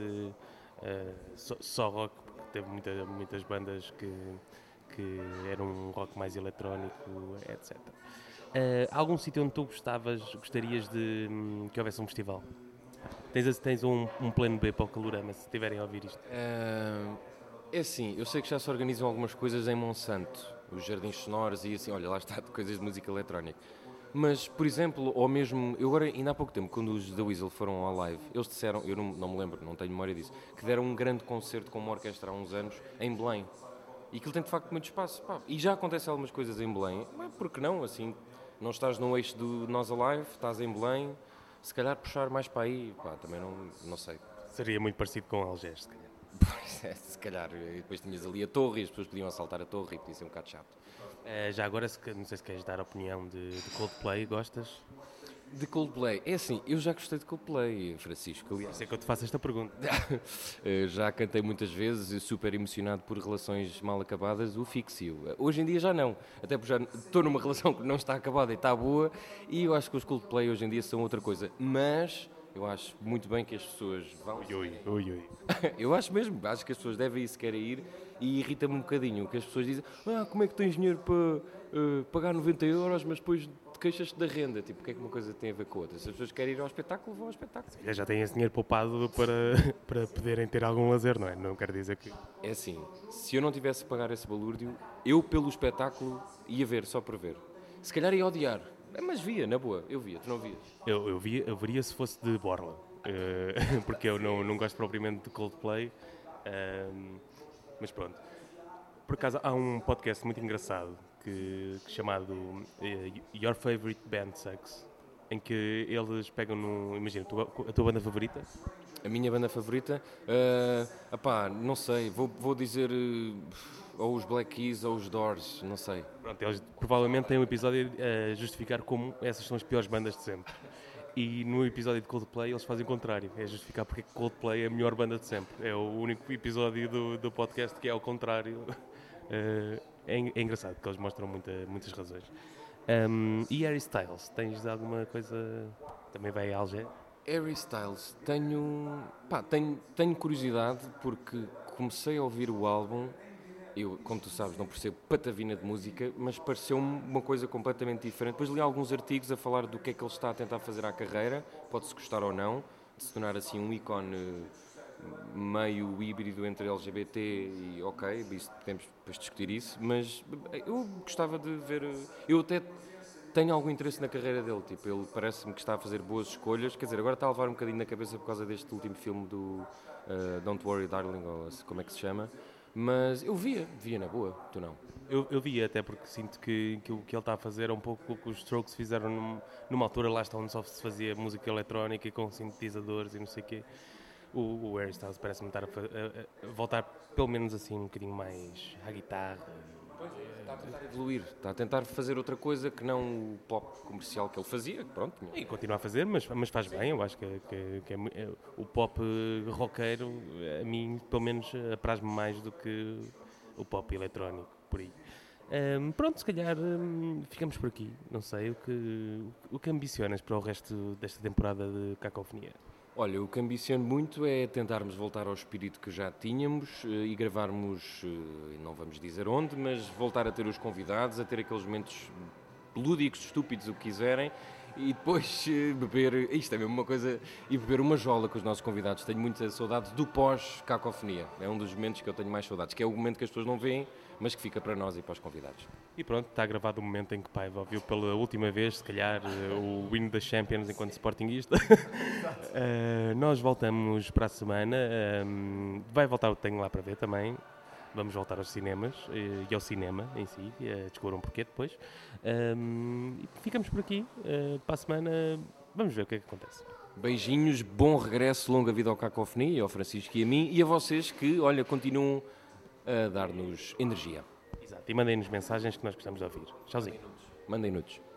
ah, só, só rock, porque teve muita- muitas bandas que, que eram um rock mais eletrónico, etc. Ah, há algum sítio onde tu gostavas, gostarias de hum, que houvesse um festival? Tens, tens um, um plano B para o Calorama, se tiverem a ouvir isto. Ah, é assim, eu sei que já se organizam algumas coisas em Monsanto, os jardins sonoros e assim, olha, lá está, de coisas de música eletrónica. Mas, por exemplo, ou mesmo, eu agora, ainda há pouco tempo, quando os The Weasel foram ao live, eles disseram, eu não, não me lembro, não tenho memória disso, que deram um grande concerto com uma orquestra há uns anos em Belém. E aquilo tem de facto muito espaço. pá. E já acontecem algumas coisas em Belém, mas por que não? Assim, não estás no eixo do Nós Alive, estás em Belém, se calhar puxar mais para aí, pá, também não, não sei. Seria muito parecido com Algés, se calhar. Pois é, se calhar. E depois tinhas ali a torre e as pessoas podiam assaltar a torre e podia ser um bocado chato. Ah, já agora, se, que- não sei se queres dar a opinião de, de Coldplay, gostas? De Coldplay, é assim, eu já gostei de Coldplay, Francisco, aliás. Sei é que eu te faço esta pergunta. Eh, já cantei muitas vezes, eh, super emocionado por relações mal acabadas, o fixio. Eh, Hoje em dia já não, até porque já n- estou numa relação que não está acabada e está boa, e eu acho que os Coldplay hoje em dia são outra coisa. Mas eu acho muito bem que as pessoas vão. Ui, ui, ui, ui. eu acho mesmo, acho que as pessoas devem e se querem ir, e irrita-me um bocadinho que as pessoas dizem: Ah, como é que tens dinheiro para eh, pagar 90 euros, mas depois te queixas-te da renda? Tipo, o que é que uma coisa tem a ver com a outra? Se as pessoas querem ir ao espetáculo, vão ao espetáculo. Já- Já têm esse dinheiro poupado para, para poderem ter algum lazer, não é? Não quero dizer que. É assim, se eu não tivesse de pagar esse balúrdio, eu pelo espetáculo ia ver, só para ver. Se calhar ia odiar, Eh, mas via, na boa, eu via, tu não vias. Eu, eu, via, eu veria se fosse de Borla, eh, porque eu não, não gosto propriamente de Coldplay, ehm, mas pronto. Por acaso, há um podcast muito engraçado que, que chamado eh, Your Favorite Band Sucks, em que eles pegam no. Imagina, tua- a tua banda favorita? A minha banda favorita? Ah, apá, não sei, vou, vou dizer eh, ou os Black Keys ou os Doors, não sei. Pronto, eles provavelmente têm um episódio a justificar como essas são as piores bandas de sempre. E no episódio de Coldplay eles fazem o contrário, é justificar porque é que Coldplay é a melhor banda de sempre. É o único episódio do, do podcast que é ao contrário. Eh, é, en- é engraçado, porque eles mostram muita, muitas razões. Ahm, e Harry Styles, tens alguma coisa... Também vai a Alger? Harry Styles, tenho, pá, tenho, tenho curiosidade porque comecei a ouvir o álbum. Eu, como tu sabes, não percebo patavina de música, mas pareceu-me uma coisa completamente diferente. Depois li alguns artigos a falar do que é que ele está a tentar fazer à carreira, pode-se gostar ou não, de se tornar assim um ícone meio híbrido entre LGBT e ok, isso, podemos depois discutir isso, mas eu gostava de ver. Eu até tenho algum interesse na carreira dele, tipo, ele parece-me que está a fazer boas escolhas, quer dizer, agora está a levar um bocadinho na cabeça por causa deste último filme do eh, Don't Worry Darling, ou assim, como é que se chama, mas eu via, via na boa, tu não. Eu, eu vi até porque sinto que, que o que ele está a fazer é um pouco o que os Strokes fizeram num- numa altura lá está onde só se fazia música eletrónica e com sintetizadores e não sei o quê. O, o Harry Styles parece-me estar a, fa- a- a voltar pelo menos assim um bocadinho mais à guitarra. Está a tentar evoluir, está a tentar fazer outra coisa que não o pop comercial que ele fazia, que pronto. tinha- E continua a fazer, mas, mas faz bem, eu acho que, que- que é mu- é- o pop eh, roqueiro eh, a mim pelo menos eh, apraz-me mais do que o pop eletrónico por aí. Ahm, pronto, se calhar ahm, ficamos por aqui. Não sei o que, o que ambicionas para o resto desta temporada de Cacofonia. Olha, o que ambiciono muito é tentarmos voltar ao espírito que já tínhamos eh, e gravarmos, eh, não vamos dizer onde, mas voltar a ter os convidados, a ter aqueles momentos lúdicos, estúpidos, o que quiserem, e depois eh, beber, isto é mesmo uma coisa, e beber uma jola com os nossos convidados. Tenho muita saudade do pós-cacofonia. É um dos momentos que eu tenho mais saudades, que é o momento que as pessoas não veem, mas que fica para nós e para os convidados. E pronto, está gravado o momento em que Paiva ouviu pela última vez, se calhar, eh, o win da Champions enquanto Sportingista. Eh, nós voltamos para a semana. ehm, vai voltar o Tenho Lá para Ver também. Vamos voltar aos cinemas eh, e ao cinema em si. eh, descobram porquê depois. Ehm, e ficamos por aqui. eh, para a semana, vamos ver o que é que acontece. Beijinhos, bom regresso, longa vida ao Cacofonia, ao Francisco e a mim, e a vocês que, olha, continuam a dar-nos energia. Exato. E mandem-nos mensagens que nós gostamos de ouvir. Tchauzinho. Mandem nudes.